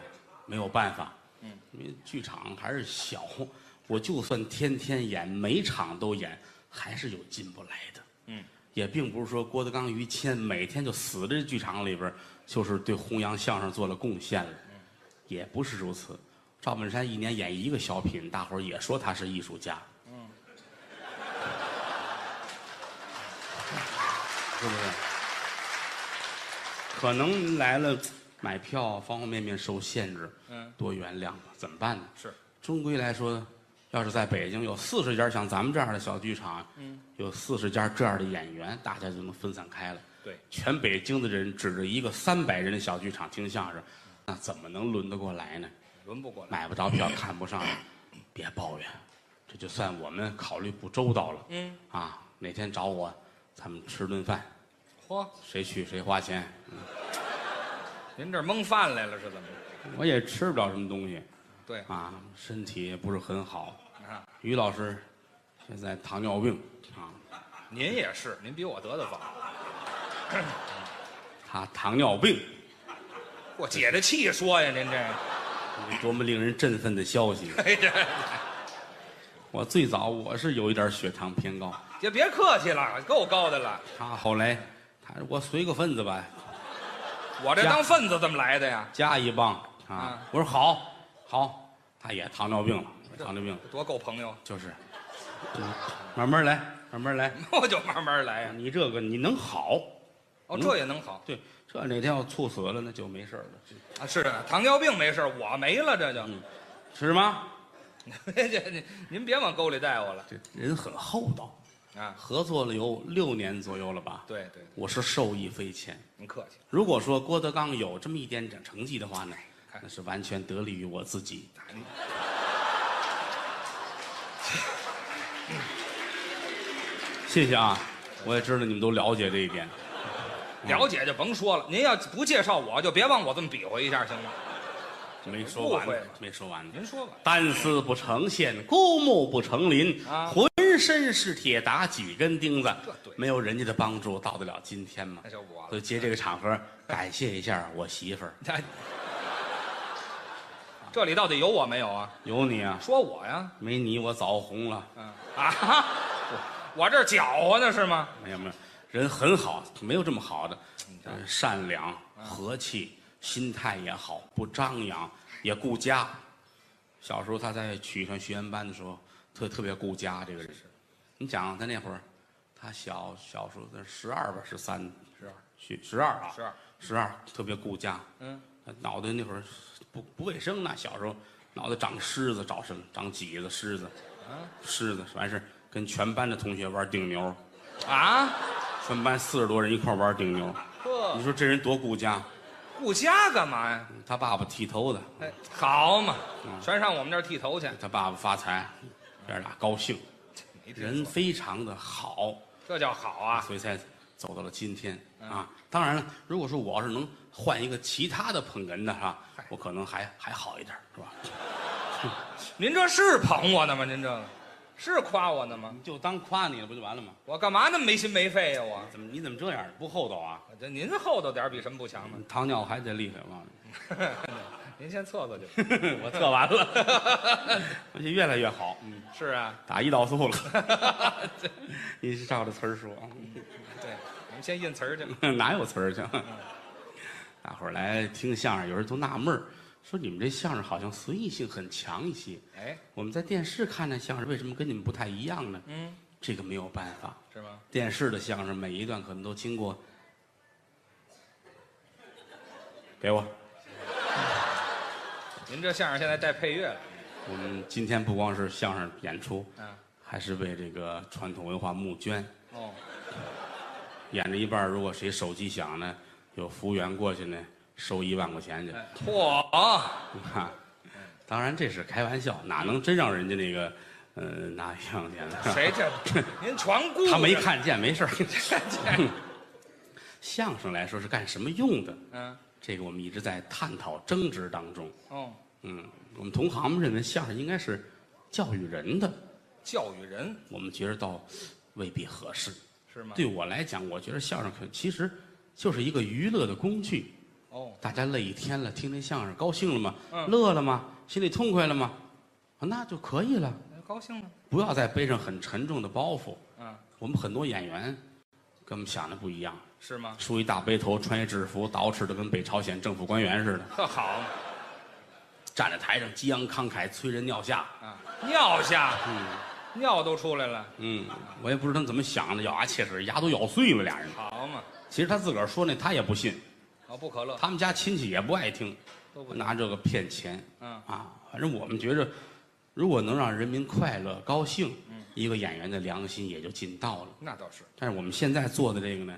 没有办法，嗯，因为剧场还是小，我就算天天演，每场都演，还是有进不来的。
嗯，
也并不是说郭德纲、于谦每天就死在这剧场里边儿，就是对弘扬相声做了贡献了，也不是如此。赵本山一年演一个小品，大伙儿也说他是艺术家，是不是？可能来了，买票方方面面受限制，
嗯，
多原谅吧，怎么办呢？
是，
终归来说，要是在北京有四十家像咱们这样的小剧场，
嗯，
有四十家这样的演员，大家就能分散开了。
对，
全北京的人指着一个三百人的小剧场听相声，那怎么能轮得过来呢？
轮不过来。
买不着票，看不上，别抱怨，这就算我们考虑不周到了。
嗯，
啊，哪天找我，咱们吃顿饭，
嚯，
谁去谁花钱，
您这儿蒙饭来了是怎么着？
我也吃不了什么东西
对
啊，身体也不是很好。
啊，
于老师现在糖尿病啊，
您也是，您比我得的早。
他糖尿病，
我解着气说呀，您这，
多么令人振奋的消息！
哎这，
我最早我是有一点血糖偏高，
也别客气了，够高的了。
他后来他说我随个份子吧，
我这
呀
当份子怎么来的呀？
加一磅啊
啊，
我说好，好，他也糖尿病了，糖尿病
多够朋友，
就是，嗯慢慢来，慢慢来，哎
我就慢慢来呀。
你这个你能好，
哦，这也能好
对，这哪天要猝死了那就没事儿了，
啊？是啊糖尿病没事儿，我没了，这就。
是吗？
这这，您别往沟里带我了
这人很厚道，
啊！
合作了有六年左右了吧？
对对，
我是受益匪浅。
您客气，
如果说郭德纲有这么一点点成绩的话呢，那是完全得力于我自己。
哎
谢谢啊，我也知道你们都了解这一点。
了解就甭说了。您要不介绍我，就别往我这么比划一下，行吗？
嗯没说完
误会
呢
了，
没说完呢。
您说吧。
单丝不成线，孤木不成林，
啊
浑身是铁打几根钉子
这对。哎
没有人家的帮助，到得了今天吗
那？就我
所
了
以。借这个场合感谢一下我媳妇儿，
哎这里到底有我没有啊？
有你啊，
说我呀，
没你我早红了。
嗯啊，我我这搅和呢是吗？
没有没有，人很好，没有这么好的，嗯善良、和气，心态也好，不张扬，也顾家。小时候他在曲艺团学员班的时候，特特别顾家这个人。你讲他那会儿，他小小时候在十二吧，十三，
是啊
去十二啊，
是啊，
十二特别顾家，
嗯，
脑袋那会儿不不卫生呢，小时候脑袋长虱子，找什么？长几子、虱子，虱子完事儿跟全班的同学玩顶牛，
啊，
全班四十多人一块儿玩顶牛，
呵
你，说这人多顾家？
顾家干嘛呀？
他爸爸剃头的，
哎，好嘛，全上我们那儿剃头去。
他爸爸发财，爷俩高兴，
没听
人
说
非常的好，
这叫好啊！
所以才走到了今天啊。当然了，如果说我要是能换一个其他的捧哏的哈，我可能还还好一点，是吧？
您这是捧我呢吗？您这个是夸我呢吗？
你就当夸你了，不就完了吗？
我干嘛那么没心没肺呀、我
怎么你怎么这样？不厚道啊！
我这您厚道点儿比什么不强吗？
糖尿还得厉害，我告诉你，
您先测测去。
我测完了， 而且越来越好，嗯，
是啊，
打胰岛素了。 你是照着词儿说 啊。
对，您先印词儿去。
哪有词儿去？大伙儿来听相声，有人都纳闷儿，说你们这相声好像随意性很强一些。
哎，
我们在电视看的相声，为什么跟你们不太一样呢？
嗯，
这个没有办法，
是吗？
电视的相声每一段可能都经过。给我，
您这相声现在带配乐了。
我们今天不光是相声演出，
嗯，
还是为这个传统文化募捐。
哦，
演着一半儿，如果谁手机响呢，有服务员过去呢，收一万块钱 去。
哎嚯，
啊，当然这是开玩笑，哪能真让人家那个，呃，拿一万块钱 呢？
谁这？您传故事
他没，看见，没事儿
这
相声来说是干什么用的？
嗯，
这个我们一直在探讨争执当中。
哦，
嗯，我们同行们认为相声应该是教育人的，
教育人
我们觉得倒未必合适。
是吗？
对我来讲，我觉得相声可其实就是一个娱乐的工具。
哦，
大家累一天了，听听相声，高兴了吗？
嗯
乐了吗？心里痛快了吗？啊那就可以了，
那高兴了，
不要再背上很沉重的包袱。
嗯，
我们很多演员跟我们想的不一样，
是吗？
梳一大背头，穿一制服，捯饬的跟北朝鲜政府官员似的，
特好
站在台上激昂慷慨，催人尿下。
啊，尿下，尿都出来了，
嗯，我也不知道他们怎么想的，咬牙切齿，牙都咬碎了，俩人。
好嘛，
其实他自个儿说那他也不信，
哦，不可乐
他们家亲戚也不爱听，
都不，
拿这个骗钱
嗯，
啊。反正我们觉着，如果能让人民快乐高兴，
嗯
一个演员的良心也就尽到了。
那倒是，
但是我们现在做的这个呢，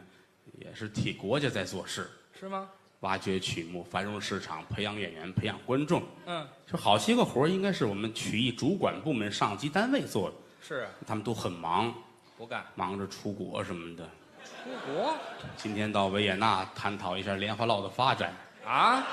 也是替国家在做事，
是吗？
挖掘曲目，繁荣市场，培养演员，培养观众。
嗯，
就好些个活儿，应该是我们曲艺主管部门上级单位做的，
是啊，
他们都很忙，
不干，
忙着出国什么的。
出国
今天到维也纳探讨一下莲花落的发展，
啊，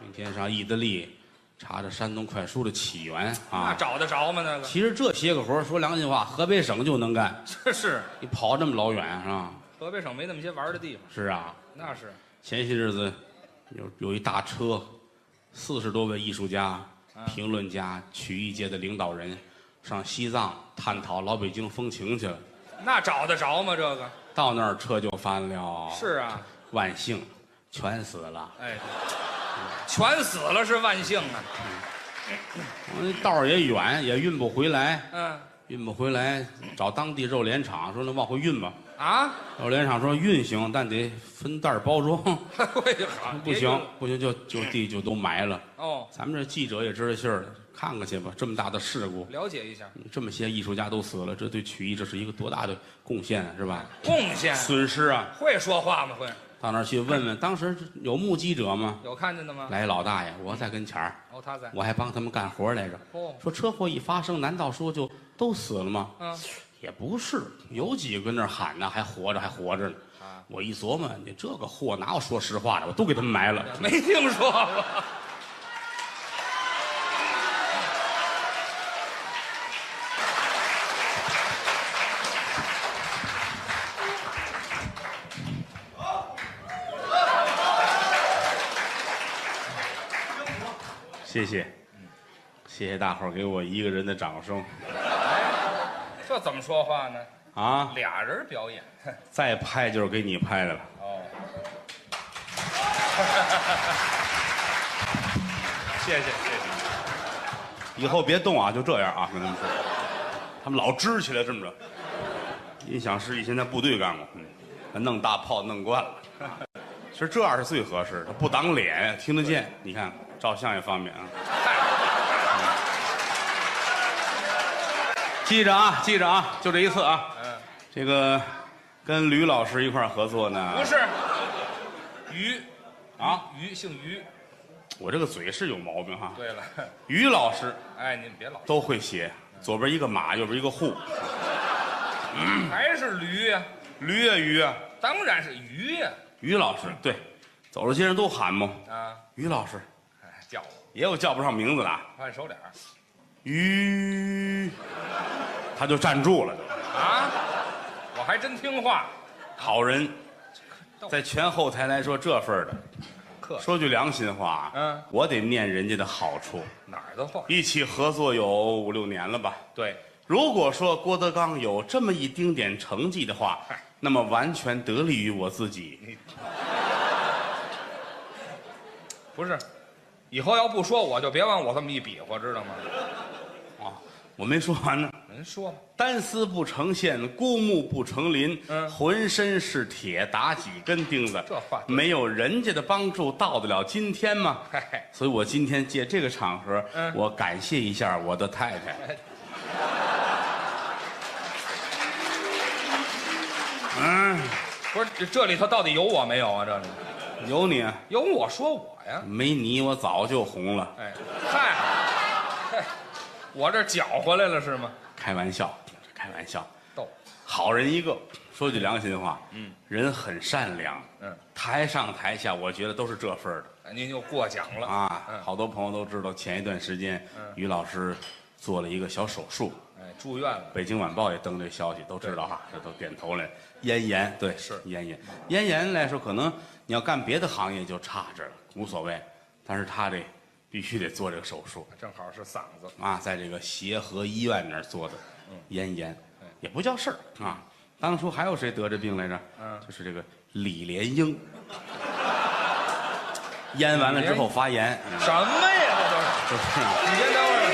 明天上意大利查查山东快书的起源
那
啊。
找得着吗？那个
其实这些个活儿，说良心话，河北省就能干。
这是
你跑这么老远是吧？
河北省没那么些玩儿的地方，
是啊，
那是，
前些日子有有一大车，四十多位艺术家、
嗯
评论家、曲艺界的领导人上西藏探讨老北京风情去了。
那找得着吗？这个
到那儿车就翻了，
是啊，
万幸，全死了。
哎，
嗯
全死了是万幸啊，
我那道儿也远，也运不回来，
嗯
运不回来，找当地肉联厂说那往回运吧。
啊，
肉联厂说运行，但得分袋儿包装，
哎呀
不
别
行
用了
不行就就地就都埋了。
哦，
咱们这记者也知道信儿了，看看去吧。这么大的事故，
了解一下，
这么些艺术家都死了，这对曲艺这是一个多大的贡献啊，是吧？
贡献
损失啊！
会说话吗？会
到那儿去问问，当时有目击者吗？
有看见的吗？
来，老大爷，我在跟前儿，
哦，他在。
我还帮他们干活来着。
哦，
说车祸一发生，难道说就都死了吗？
嗯，
也不是，有几个跟那儿喊呢，还活着，还活着呢。
啊，
我一琢磨，你这个货哪有说实话的？我都给他们埋了。
没听说过。
谢谢，谢谢大伙儿给我一个人的掌声
这怎么说话呢？
啊！
俩人表演。
再拍就是给你拍了。
哦， 谢谢谢谢。
以后别动啊，就这样啊，跟他们说，他们老支起来这么着。音响师以前在部队干过，嗯，弄大炮弄惯了。 其实这样是最合适的，它不挡脸，听得见。你看，照相也方便啊。 记着啊，记着啊，就这一次啊。
嗯，
这个跟吕老师一块儿合作呢
不，是，于
啊，
于姓于。
我这个嘴是有毛病哈。
对了，
于老师
哎，你们别老
都会写，左边一个马，右边一个户，
还是驴呀、
驴啊驴啊。
当然是鱼呀、
于老师，对，走到街上都喊嘛。
啊。
于老师
哎，叫我
也有叫不上名字的啊，
换手脸儿
于，他就站住了，
啊，我还真听话。
好人，在全后台来说这份儿的，
客气
说句良心话，啊
嗯，
我得念人家的好处。
哪儿的话？
一起合作有五六年了吧？
对，
如果说郭德纲有这么一丁点成绩的话
嗨，
那么完全得力于我自己。
不是，以后要不说我就别往我这么一比划，知道吗？
啊，我没说完呢。
您说吧。
单丝不成线，孤木不成林。
嗯
浑身是铁，打几根钉子。
这话对
没有人家的帮助，到得了今天吗？
嘿嘿，
所以我今天借这个场合，
嗯哎
我感谢一下我的太太。嗯，
不是这这里头到底有我没有啊？这里
有你啊
有我说我呀？
没你我早就红了，
哎，嗨，嘿我这搅和来了是吗？
开玩笑，开玩笑，
逗，
好人一个。说句良心话，嗯，人很善良，
嗯，
台上台下我觉得都是这份儿的
哎您又过奖了
啊。
嗯，
好多朋友都知道，前一段时间
嗯
于老师做了一个小手术，
哎，住院了，
北京晚报也登这消息，都知道哈，这都点头来。咽炎，对，
是
咽炎。咽炎来说，可能你要干别的行业就差着了，无所谓。但是他这必须得做这个手术
正好是嗓子，
啊，在这个协和医院那儿做的咽炎，也不叫事儿啊。当初还有谁得这病来着？
嗯
就是这个李莲 英，咽完了之后发炎，嗯
什么呀？这
就
都是，
是
你先等会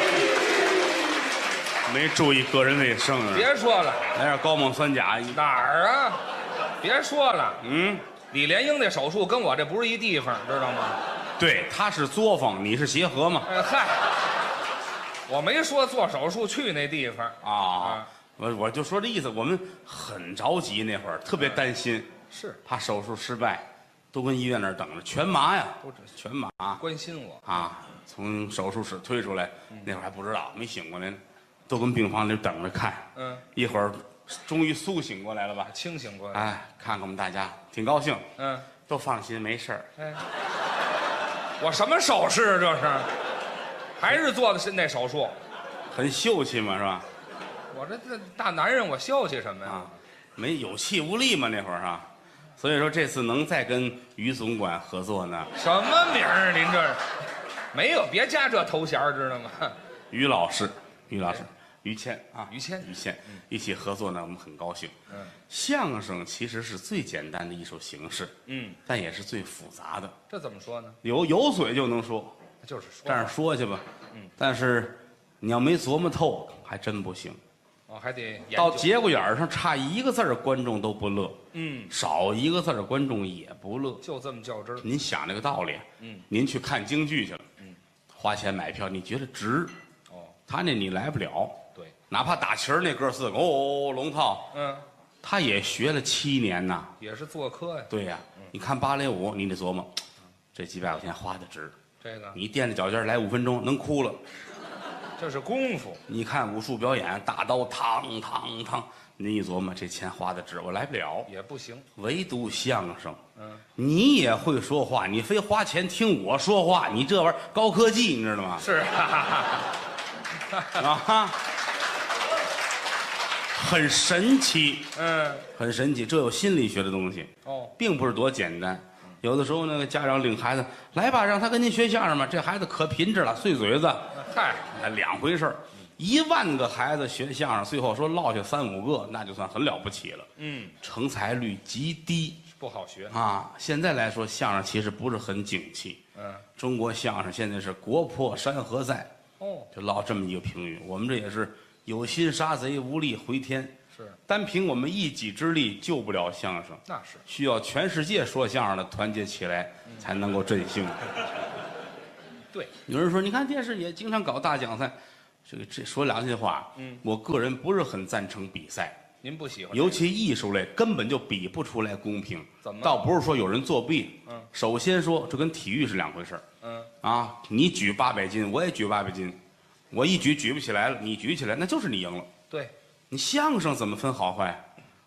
儿，
没注意个人卫生啊。
别说了，
来点高锰酸钾，一
哪儿啊？别说了，
嗯。
李莲英那手术跟我这不是一地方，知道吗？
对，他是作坊，你是协和嘛？
哎嗨，我没说做手术去那地方，
啊
啊，
我我就说这意思，我们很着急那会儿，特别担心，
是
怕手术失败，都跟医院那儿等着，全麻呀
都这，
全麻
关心我，
啊！从手术室推出来，
嗯
那会儿还不知道，没醒过来呢，都跟病房里等着看。
嗯，
一会儿终于苏醒过来了吧？
清醒过来，
哎，看看我们大家挺高兴，
嗯，
都放心，没事儿。
哎，我什么手势啊？这是，还是做的是那手术？
很秀气嘛，是吧？
我这这大男人，我秀气什么呀？
啊，没有气无力嘛那会儿啊，所以说这次能再跟于总管合作呢，
什么名儿？啊您这是没有，别加这头衔儿，知道吗？
于老师，于老师，于谦啊，
于谦
于谦一起合作呢，我们很高兴。
嗯
相声其实是最简单的艺术形式，
嗯，
但也是最复杂的，
这怎么说呢？
有有嘴就能说，
就是说，
这样说去吧。嗯，但是你要没琢磨透，还真不行。
哦，还得研究
到节骨眼儿上差一个字儿，观众都不乐；
嗯，
少一个字儿，观众也不乐。
就这么较真儿。
您想这个道理，啊
嗯，
您去看京剧去了，嗯，花钱买票，你觉得值？
哦，
他那你来不了，
对，
哪怕打旗儿那哥四个哦龙套，
嗯，
他也学了七年呐。
也是做客呀，
对呀、
嗯
你看芭蕾舞，你得琢磨，这几百块钱花的值。
这个
你垫着脚尖儿来五分钟，能哭了。
这是功夫，
你看武术表演，大刀嘡嘡嘡，您一琢磨，这钱花的值，我来不了。
也不行。
唯独相声，
嗯，
你也会说话，你非花钱听我说话，你这玩意儿高科技，你知道吗？
是啊，
啊，很神奇，
嗯，
很神奇，这有心理学的东西，
哦，
并不是多简单。有的时候，那个家长领孩子来吧，让他跟您学相声吧，这孩子可贫着了，碎嘴子，
嗨，
那哎两回事儿。一万个孩子学相声，最后说落下三五个，那就算很了不起了，
嗯，
成才率极低
不好学，
啊。现在来说，相声其实不是很景气。
嗯，
中国相声现在是国破山河在，
哦，
就落这么一个评语。我们这也是有心杀贼，无力回天。
是，
单凭我们一己之力救不了相声，
那是，
需要全世界说相声的团结起来，才能够振兴。
对，
有人说，你看电视也经常搞大奖赛，这个这说良心话，
嗯，
我个人不是很赞成比赛，
您不喜欢，
尤其艺术类根本就比不出来公平。
怎么
倒不是说有人作弊，
嗯，
首先说这跟体育是两回事儿。
嗯，
啊，你举八百斤，我也举八百斤，我一举举不起来了，你举起来，那就是你赢了。
对，
你相声怎么分好坏？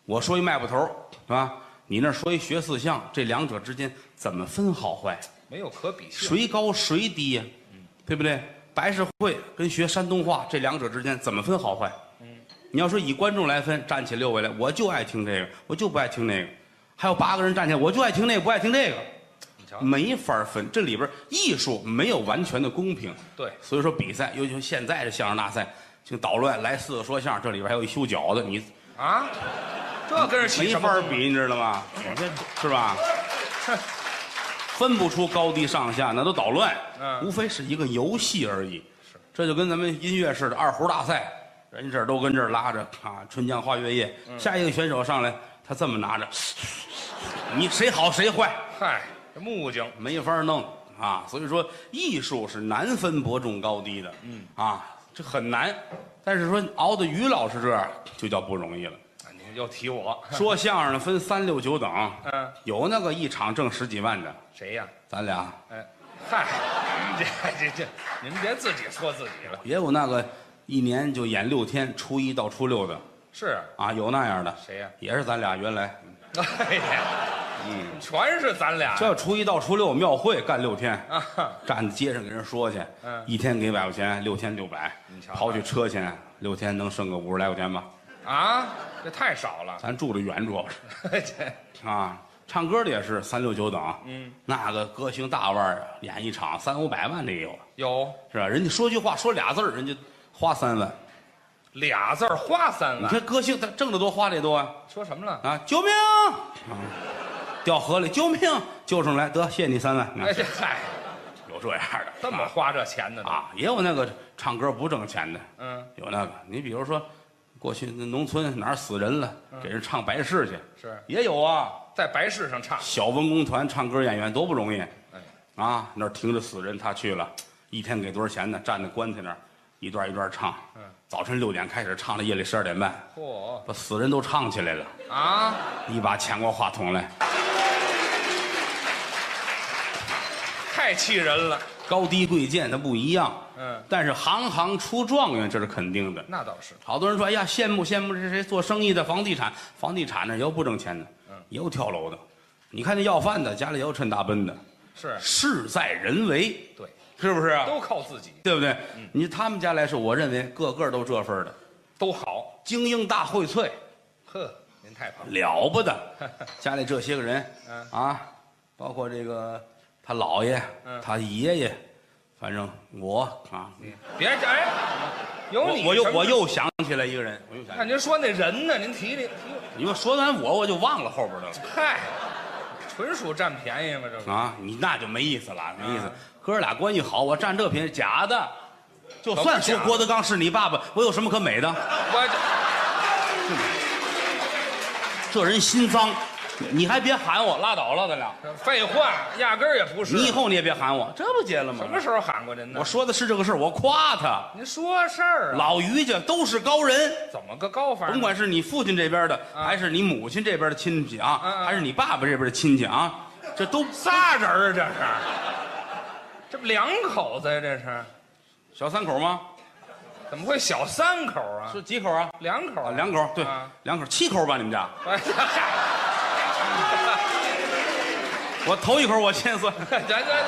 我说一卖布头儿是吧？你那儿说一学四项，这两者之间怎么分好坏？
没有可比性，
谁高谁低呀、对不对？白事会跟学山东话，这两者之间怎么分好坏？你要说以观众来分，站起六位来，我就爱听这个，我就不爱听那个。还有八个人站起来，我就爱听那个，不爱听这个，
你瞧，
没法分。这里边艺术没有完全的公平，
对，
所以说比赛，尤其是现在这相声大赛，净捣乱。来四个说相声，这里边还有一修脚的，你
啊，这跟人起
没
什么
法儿比，你知道吗？是吧？分不出高低上下，那都捣乱，
嗯
无非是一个游戏而已。这就跟咱们音乐似的，二胡大赛，人这儿都跟这儿拉着啊，春江花月夜，下一个选手上来，他这么拿着， 你谁好谁坏，
嗨，这木匠，
没法儿弄啊。所以说，艺术是难分伯仲高低的，嗯啊，这很难。但是说熬到于老师这样，就叫不容易了。
啊您又提我，
说相声的分三六九等，
嗯，
有那个一场挣十几万的，
谁呀？
咱俩
哎，嗨，这这这，您别自己说自己了。
也有那个一年就演六天，初一到初六的
是
啊，有那样的，
谁呀？
也是咱俩原来，
哎呀，全是咱俩
嗯这初一到初六庙会干六天，
啊！
站在街上跟人说去，
嗯
一天给百块钱，六天六百
你，瞧瞧
刨去车钱，六天能剩个五十来块钱吧？
啊，这太少了。
咱住的远主要是
这
啊，唱歌的也是三六九等，
嗯，
那个歌星大腕儿演一场三五百万的也有，
有
是吧？人家说句话说俩字儿，人家花三万，
俩字儿花三
你
万，
看歌星他挣得多花得多啊。
说什 么了？
啊！救命！啊，掉河里，救命！救上来，得谢你三万。啊
哎，这嗨，
有这样的，
这么花这钱的呢？
啊，也有那个唱歌不挣钱的，
嗯，
有那个。你比如说，过去那农村哪儿死人了，给人唱白事去，
嗯是
也有啊。
在白事上唱，
小文工团唱歌演员多不容易，
哎，
啊，那儿停着死人，他去了，一天给多少钱呢？站在棺材那儿，一段一段唱，
嗯
早晨六点开始唱到夜里十二点半，
嚯
把死人都唱起来了，
啊，
一把抢过话筒来，
太气人了。
高低贵贱它不一样，
嗯，
但是行行出状元，这是肯定的。
那倒是，
好多人说：“哎呀，羡慕羡慕这谁做生意的，房地产，房地产那也有不挣钱的，
嗯
也有跳楼的。你看那要饭的，家里也有趁大奔的，
是
事在人为，
对，
是不是啊？
都嗯靠自己，
对不对？你他们家来说，我认为个个都这份儿的，
都好。
精英大荟萃，
呵，您太棒了。
了不 得。家里这些个人
嗯
啊，包括这个他姥爷
嗯、
他爷爷，反正我啊，
别哎，有
我
你
我
什
又
么
我又想起来一个人，我又想起来一个人
那您说那人呢？您提提提我，
你说说完我，我就忘了后边的了
嗨，纯属占便宜嘛，这个
啊！你那就没意思了，没意思
啊。
哥俩关系好，我占这便宜假的，就算
可不假
说郭德纲是你爸爸，我有什么可美的？
我
这人心脏，你还别喊我，拉倒了，咱俩。
这废话，压根儿也不是。
你以后你也别喊我，这不结了吗
什？么时候喊过您呢？
我说的是这个事儿，我夸他。
您说事儿啊，
老于家都是高人，
怎么个高法？
甭管是你父亲这边的，
啊
还是你母亲这边的亲戚啊，
嗯嗯
还是你爸爸这边的亲戚啊，这都
仨人儿啊这是，这不两口子呀？这是
小三口吗？
怎么会小三口啊？
是几口啊？
两口
啊，
啊
两口，对
啊，
两口，七口吧，你们家。
哎嗨，
我头一口我先算，
咱咱咱，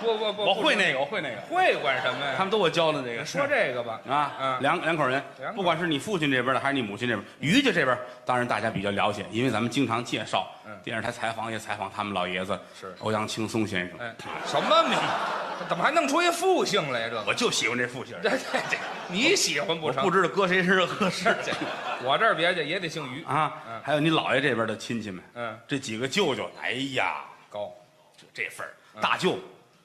不不不，
我
不
会那个，我会那个，
会管什么
他
呀？
们都我教的这个。
说这个吧，
啊，
嗯
两两口人
两，口
不管是你父亲这边的还是你母亲这边，于家这边，当然大家比较了解，因为咱们经常介绍
嗯，
电视台采访也采访他们老爷子，
是
欧阳青松先生
哎。，什么名？怎么还弄出一复姓来呀？这个
我就喜欢这父亲，
这这这，你喜欢不
我
成？
不知道搁谁身上合适
这我这儿别介也得姓于，
啊
嗯。
还有你姥爷这边的亲戚们，
嗯，
这几个舅舅，哎呀，
高
这这份儿大舅，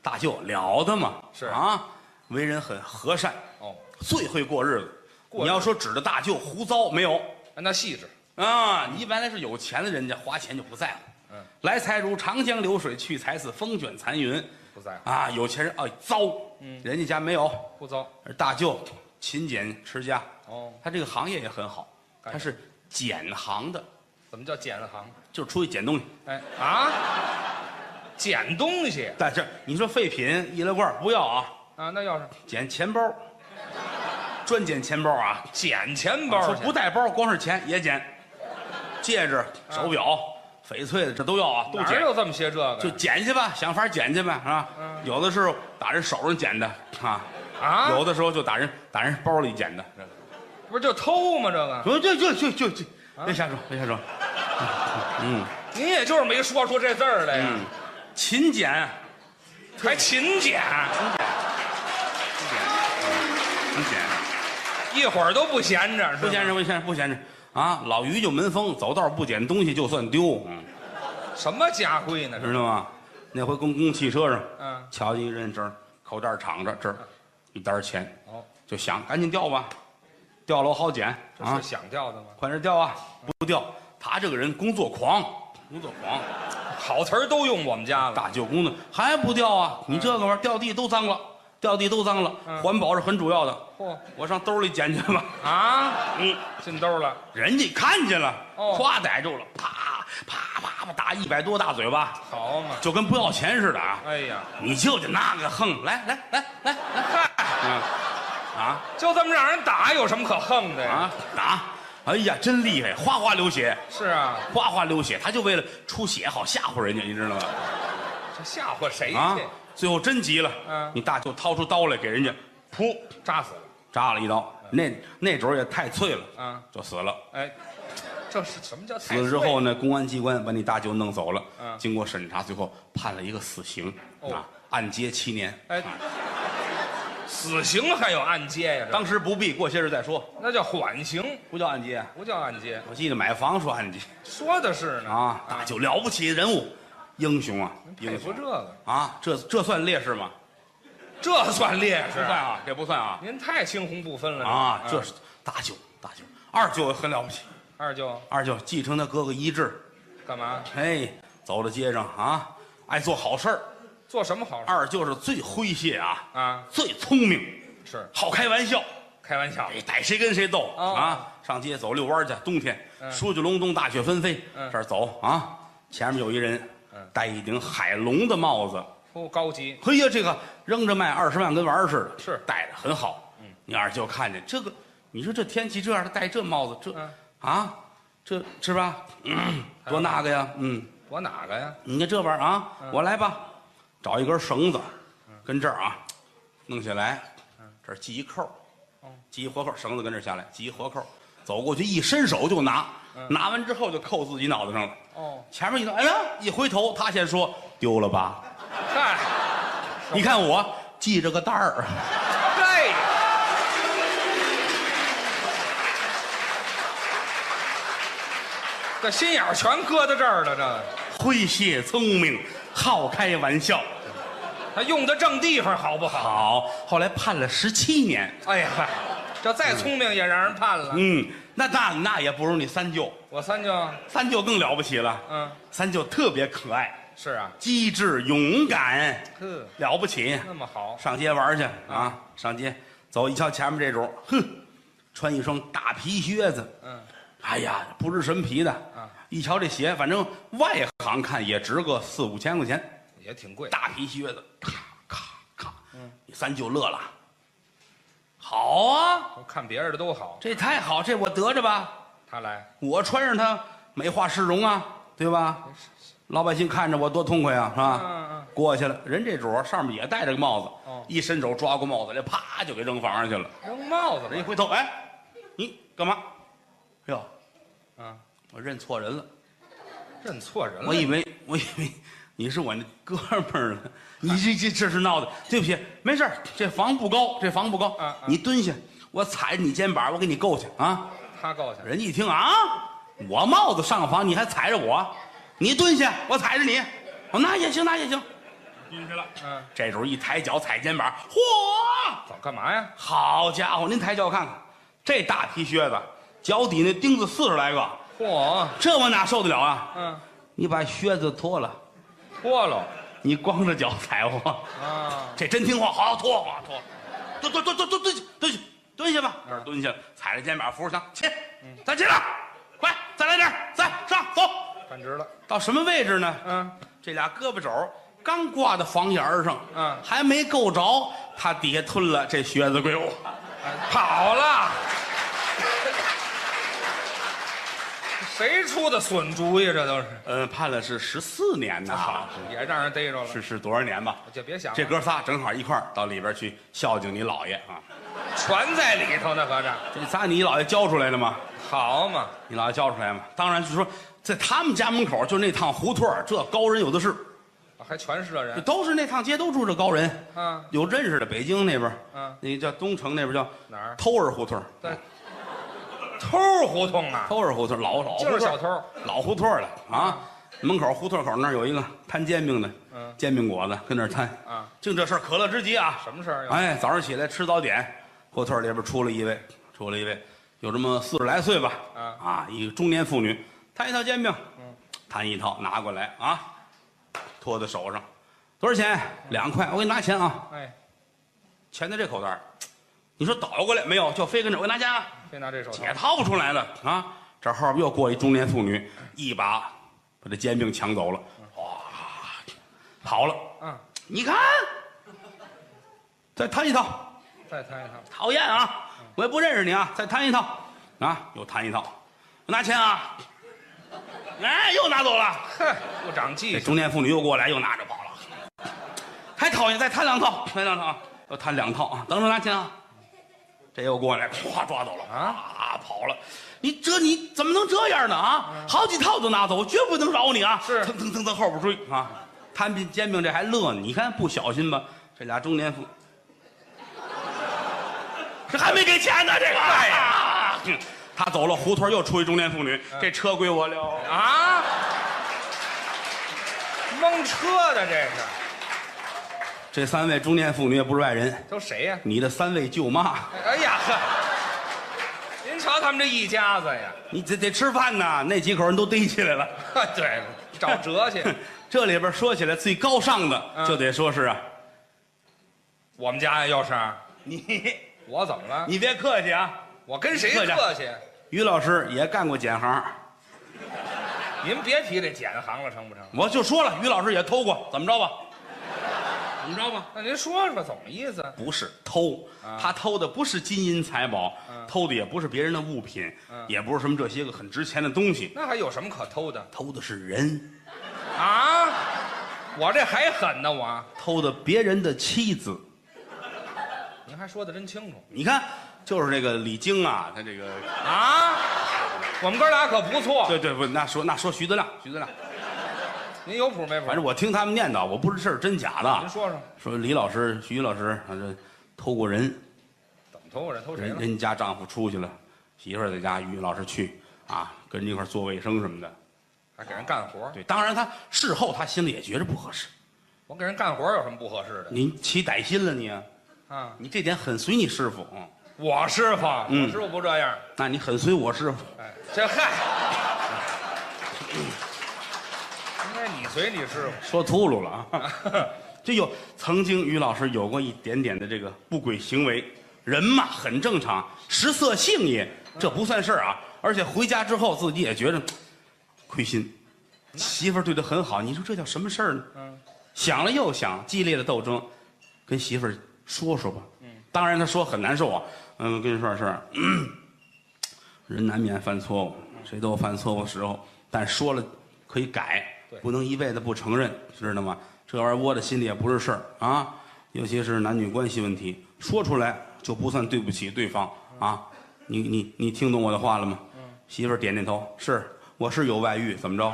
大舅了得嘛，
嗯是
啊，为人很和善，
哦，
最会过日子。
过
你要
日子
说指着大舅胡诌没有
那细致，
啊？你一般来是有钱的人家花钱就不在乎。
嗯，
来财如长江流水，去财似风卷残云
不在乎，
啊！有钱人哎糟，
嗯
人家家没有。
不糟
而大舅勤俭持家，
哦。
他这个行业也很好，
干
他是捡行的，
怎么叫捡了行？
就是出去捡东西。
哎啊，捡东西
但是你说废品易拉罐不要啊，
啊，那要是
捡钱包，专捡钱包啊！
捡钱
说
包
不带包，光是钱也捡，戒指、手表、翡翠的这都要啊，都
嗯哪
捡
儿。有这么些这个
就
呀？
捡去吧，想法捡去吧，是吧？
嗯
有的时候打人手上捡的啊，
啊，
有的时候就打人打人包里捡的。
不是就偷吗？这个
不，就就就就就，
啊
别瞎说，别瞎说。嗯
您也就是没说出这字儿来呀，
嗯，勤啊俭，
还勤俭，
勤俭。
一会儿都不闲着，
不
闲
闲
着
着，不闲着，不闲着啊！老于就门风，走道不捡东西就算丢，嗯
什么家规呢？这
知道吗？那回公共汽车上，
嗯，
瞧见一人这儿口袋敞着，这儿一沓钱，
哦，
就想赶紧掉吧，掉了我好捡
这
啊
是！想掉的吗？
快点掉啊！不掉，他这个人工作狂，工作狂，
好词儿都用我们家了，
大舅公的还不掉啊！你这个玩意儿掉地都脏了，掉地都脏了，
嗯
环保是很主要的。
嚯
我上兜里捡去吧。
啊，
嗯，
进兜了，
人家看见了，
哦
咵逮住了，啪啪啪啪打一百多大嘴巴，
好嘛，
就跟不要钱似的啊！
哎呀，
你就得那个横，来来来来来，嗯
嗨，
啊
就这么让人打，有什么可横的
啊
呀？
啊打！哎呀，真厉害，哗哗流血，
是啊，
哗哗流血，他就为了出血好吓唬人家，你知道吗？
这吓唬谁
啊
去？，
最后真急了，
嗯
你大舅掏出刀来给人家，噗，
扎死了，
扎了一刀，那那主儿也太脆了，
嗯，
就死了。
哎，这是什么叫太
死了之
岁
后呢，公安机关把你大舅弄走了，
嗯
经过审查，最后判了一个死刑，
哦
啊，按揭七年。啊
哎，死刑还有按揭呀？
当时不必，过些日再说，
那叫缓刑，
不叫按揭。
不叫按揭。
我记得买房说按揭
说的是呢
啊，大舅了不起的人物，英雄啊，
佩
英
服
雄
这个，
啊，这这算烈士吗？
这算烈士
不？算啊，这不算啊
您太青红不分了
啊，这
嗯
是大舅，大舅，二舅也很了不起，
二舅
二舅继承他哥哥遗志，
干嘛
哎，走到街上啊，爱做好事儿。
做什么好事
二舅是最诙谐啊，
啊？
最聪明，
是
好开玩笑，
开玩笑，
哎，逮谁跟谁斗、
哦
啊！上街走遛弯儿去，冬天、
嗯
书卷隆冬，大雪纷飞，
嗯
这儿走啊，前面有一人，
嗯
戴一顶海龙的帽子，
不高级
嘿哎呀，这个扔着卖二十万跟玩儿似的，
是
戴的很好。嗯，你二舅看见这个，你说这天气这样，他戴这帽子，这、
嗯
啊，这是吧？嗯多那个呀，嗯，
我哪个呀？
你看这玩意儿啊，
嗯
我来吧，找一根绳子，跟这儿啊，弄下来，这儿系一扣儿
嗯哦，
系一活扣儿，绳子跟这儿下来，系一活扣儿，走过去一伸手就拿，
嗯
拿完之后就扣自己脑袋上了。
哦，
前面一弄，哎呀，一回头，他先说丢了吧？
嗨，
你看我系着个带儿，
对，这心眼儿全搁在这儿了，这
诙谐聪明，好开玩笑，
他用的正地方好不好？
好。后来判了十七年，
哎呀，嗨，这再聪明也让人判了。
嗯，那那那也不如你三舅，
我三舅，
三舅更了不起了，
嗯，
三舅特别可爱。
是啊，
机智勇敢，
呵，
了不起。
那么好，
上街玩去啊！上街走，一瞧前面这主，哼，穿一双大皮靴子，
嗯，
哎呀，不知什么皮的。一瞧这鞋，反正外行看也值个四五千块钱，
也挺贵。
大皮靴子，咔咔咔。
嗯
你三舅乐了，好啊，
我看别人的都好，
这太好，这我得着吧，
他来
我穿上它美化市容啊，对吧？老百姓看着我多痛快啊，是吧？
嗯嗯
过去了，人这主儿上面也戴着个帽子，
哦
一伸手抓过帽子来，啪就给扔房上去了。
扔帽子
人一
吧。
回头，哎，你干嘛？哟，
嗯，
我认错人了，
认错人了。
我以为我以为你是我那哥们 儿呢，你这这这是闹的，对不起，没事儿这房不高，这房不高，
嗯嗯
你蹲下，我踩着你肩膀，我给你够去啊。
他告去，
人家一听啊，我帽子上房，你还踩着我，你蹲下，我踩着你，哦，那也行，那也行，进去了。
嗯，
这时候一抬脚踩肩膀，嚯！
早干嘛呀？
好家伙，您抬脚看看，这大皮靴子，脚底那钉子四十来个，
嚯，
这我哪受得了啊？
嗯，
你把靴子脱了，
脱了
你光着脚踩我，
啊，
这真听话，好脱好脱，蹲蹲蹲蹲蹲蹲蹲下蹲下吧，嗯这儿蹲下，踩着肩膀扶着墙，起，再起来，快，再来点儿，再上走，
站直了。
到什么位置呢？
嗯，
这俩胳膊肘儿刚挂到房檐儿上，
嗯
还没够着，他底下吞了这靴子 归我。
跑了。谁出的损主意？这都是，
呃，判了是十四年呢，好像
也让人逮着了。
是是是多少年吧？
就别想了
这哥仨正好一块儿到里边去孝敬你姥爷啊！
全在里头呢，合着。
这仨你姥爷教出来的吗？
好嘛，
你姥爷教出来吗？当然就是说，在他们家门口就那趟胡同儿这高人有的是，
还全是这人。
都是那趟街都住着高人，
嗯
有认识的。北京那边儿，
嗯，
那叫东城那边叫
哪儿？
偷儿胡同儿，
在偷胡同啊，
偷儿胡同儿老老胡
就是
同
小
儿，
偷。
老胡同儿了啊！门口胡同口那儿有一个摊煎饼的，
嗯
煎饼果子跟那儿摊
啊，
净这事儿可乐之极啊！
什么事儿？
哎，早上起来吃早点，胡同里边出了一位，出了一位，有这么四十来岁吧，
啊
一个中年妇女，摊一套煎饼，摊一套拿过来啊，托在手上，多少钱？两块，我给你拿钱啊，
哎，
钱在这口袋儿你说倒过来没有？就非跟着我拿家，
别哎拿这手套
也掏不出来了啊！这后边又过一中年妇女，一把把这煎饼抢走了，哇，跑了。
嗯，
你看，再摊一套，
再摊一摊。
讨厌啊！我也不认识你啊，再摊一套，啊，又摊一套，拿钱啊！哎，又拿走了。
哼，又长
这
记性。
中年妇女又过来，又拿着跑了，还讨厌，再摊两套，再两套啊，又摊两套啊，等着拿钱啊。这又过来，咵抓走了啊，跑了。你这你怎么能这样呢啊？好几套都拿走，我绝不能饶你啊！
是
蹭蹭蹭在后边追啊，摊饼煎饼这还乐呢，你看不小心吧，这俩中年妇，这还没给钱呢，这个。哎呀，嗯哼他走了，胡同又出一中年妇女，这车归我了。
啊！蒙车的这是，
这三位中年妇女也不是外人，
都谁呀、
你的三位舅妈，
哎呀 呵，您瞧他们这一家子呀，
你得得吃饭呐，那几口人都逮起来了。
呵对，找辙 去。
这里边说起来最高尚的，
嗯
就得说是啊，
我们家呀，要是
你
我怎么了？
你别客气啊，
我跟谁
客气
客气？
于老师也干过捡行，
您别提这捡行了，成不成？
我就说了，于老师也偷过，怎么着吧？怎么着吧？
那您说说怎么意思？
不是偷，
嗯
他偷的不是金银财宝，偷的也不是别人的物品，
嗯
也不是什么这些个很值钱的东西，
那还有什么可偷的
偷的是人，
啊？我这还狠呢，我
偷的别人的妻子。
您还说的真清楚
你看，就是这个李菁啊，他这个。
啊！我们哥俩可 不错，
对对，不，那说那说徐德亮，徐德亮，
您有谱没谱
反？正我听他们念叨，我不知这是真假
您
的。
说说，
说李老师、徐老师，反正偷过人，
怎么偷我这偷谁
人
了？
人家丈夫出去了，媳妇儿在家，于老师去啊，跟人一块儿做卫生什么的。
还给人干活？
对，当然他事后他心里也觉着不合适，
我给人干活有什么不合适的
你起歹心了你啊，
啊？
你这点很随你师傅，嗯，
我师傅，
嗯
我师傅不这样。
那你很随我师傅，
哎， 这嗨，应该你随你师
说秃噜了啊。
傅。
就有曾经于老师有过一点点的这个不轨行为，人嘛很正常，食色性也，这不算事儿啊。而且回家之后自己也觉着嘖亏心，媳妇儿对他很好，你说这叫什么事儿呢？
嗯，
想了又想，激烈的斗争，跟媳妇儿说说吧。嗯，当然他说很难受啊。嗯，跟你说点事儿，嗯人难免犯错误，谁都有犯错误的时候，但说了可以改
对，
不能一味的不承认，知道吗？这玩意儿窝在心里也不是事儿啊，尤其是男女关系问题，说出来就不算对不起对方啊。你你你听懂我的话了吗？
嗯
媳妇儿点点头，是，我是有外遇，怎么着？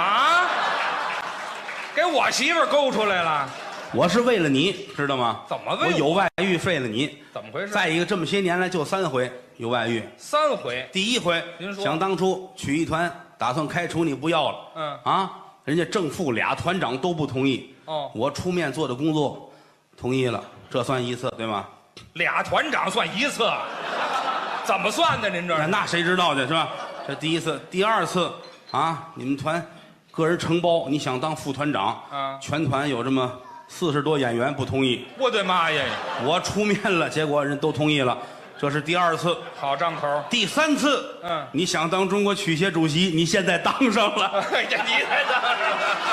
啊，给我媳妇儿勾出来了，
我是为了你，知道吗？
怎么
我
为
有外遇，废了你。
怎么回事？
再一个，这么些年来就三回有外遇。
三回，
第一回，
您说
想当初曲艺团打算开除你不要了，
嗯
啊，人家正副俩团长都不同意。
哦
我出面做的工作，同意了，这算一次对吗？
俩团长算一次，怎么算的？您这
那
是
那谁知道去是吧？这第一次，第二次啊，你们团个人承包，你想当副团长，
啊
全团有这么四十多演员不同意，
我的妈呀！
我出面了，结果人都同意了，这是第二次。
好张口，
第三次，
嗯
你想当中国曲协主席，你现在当上了。
哎呀，你太当上了。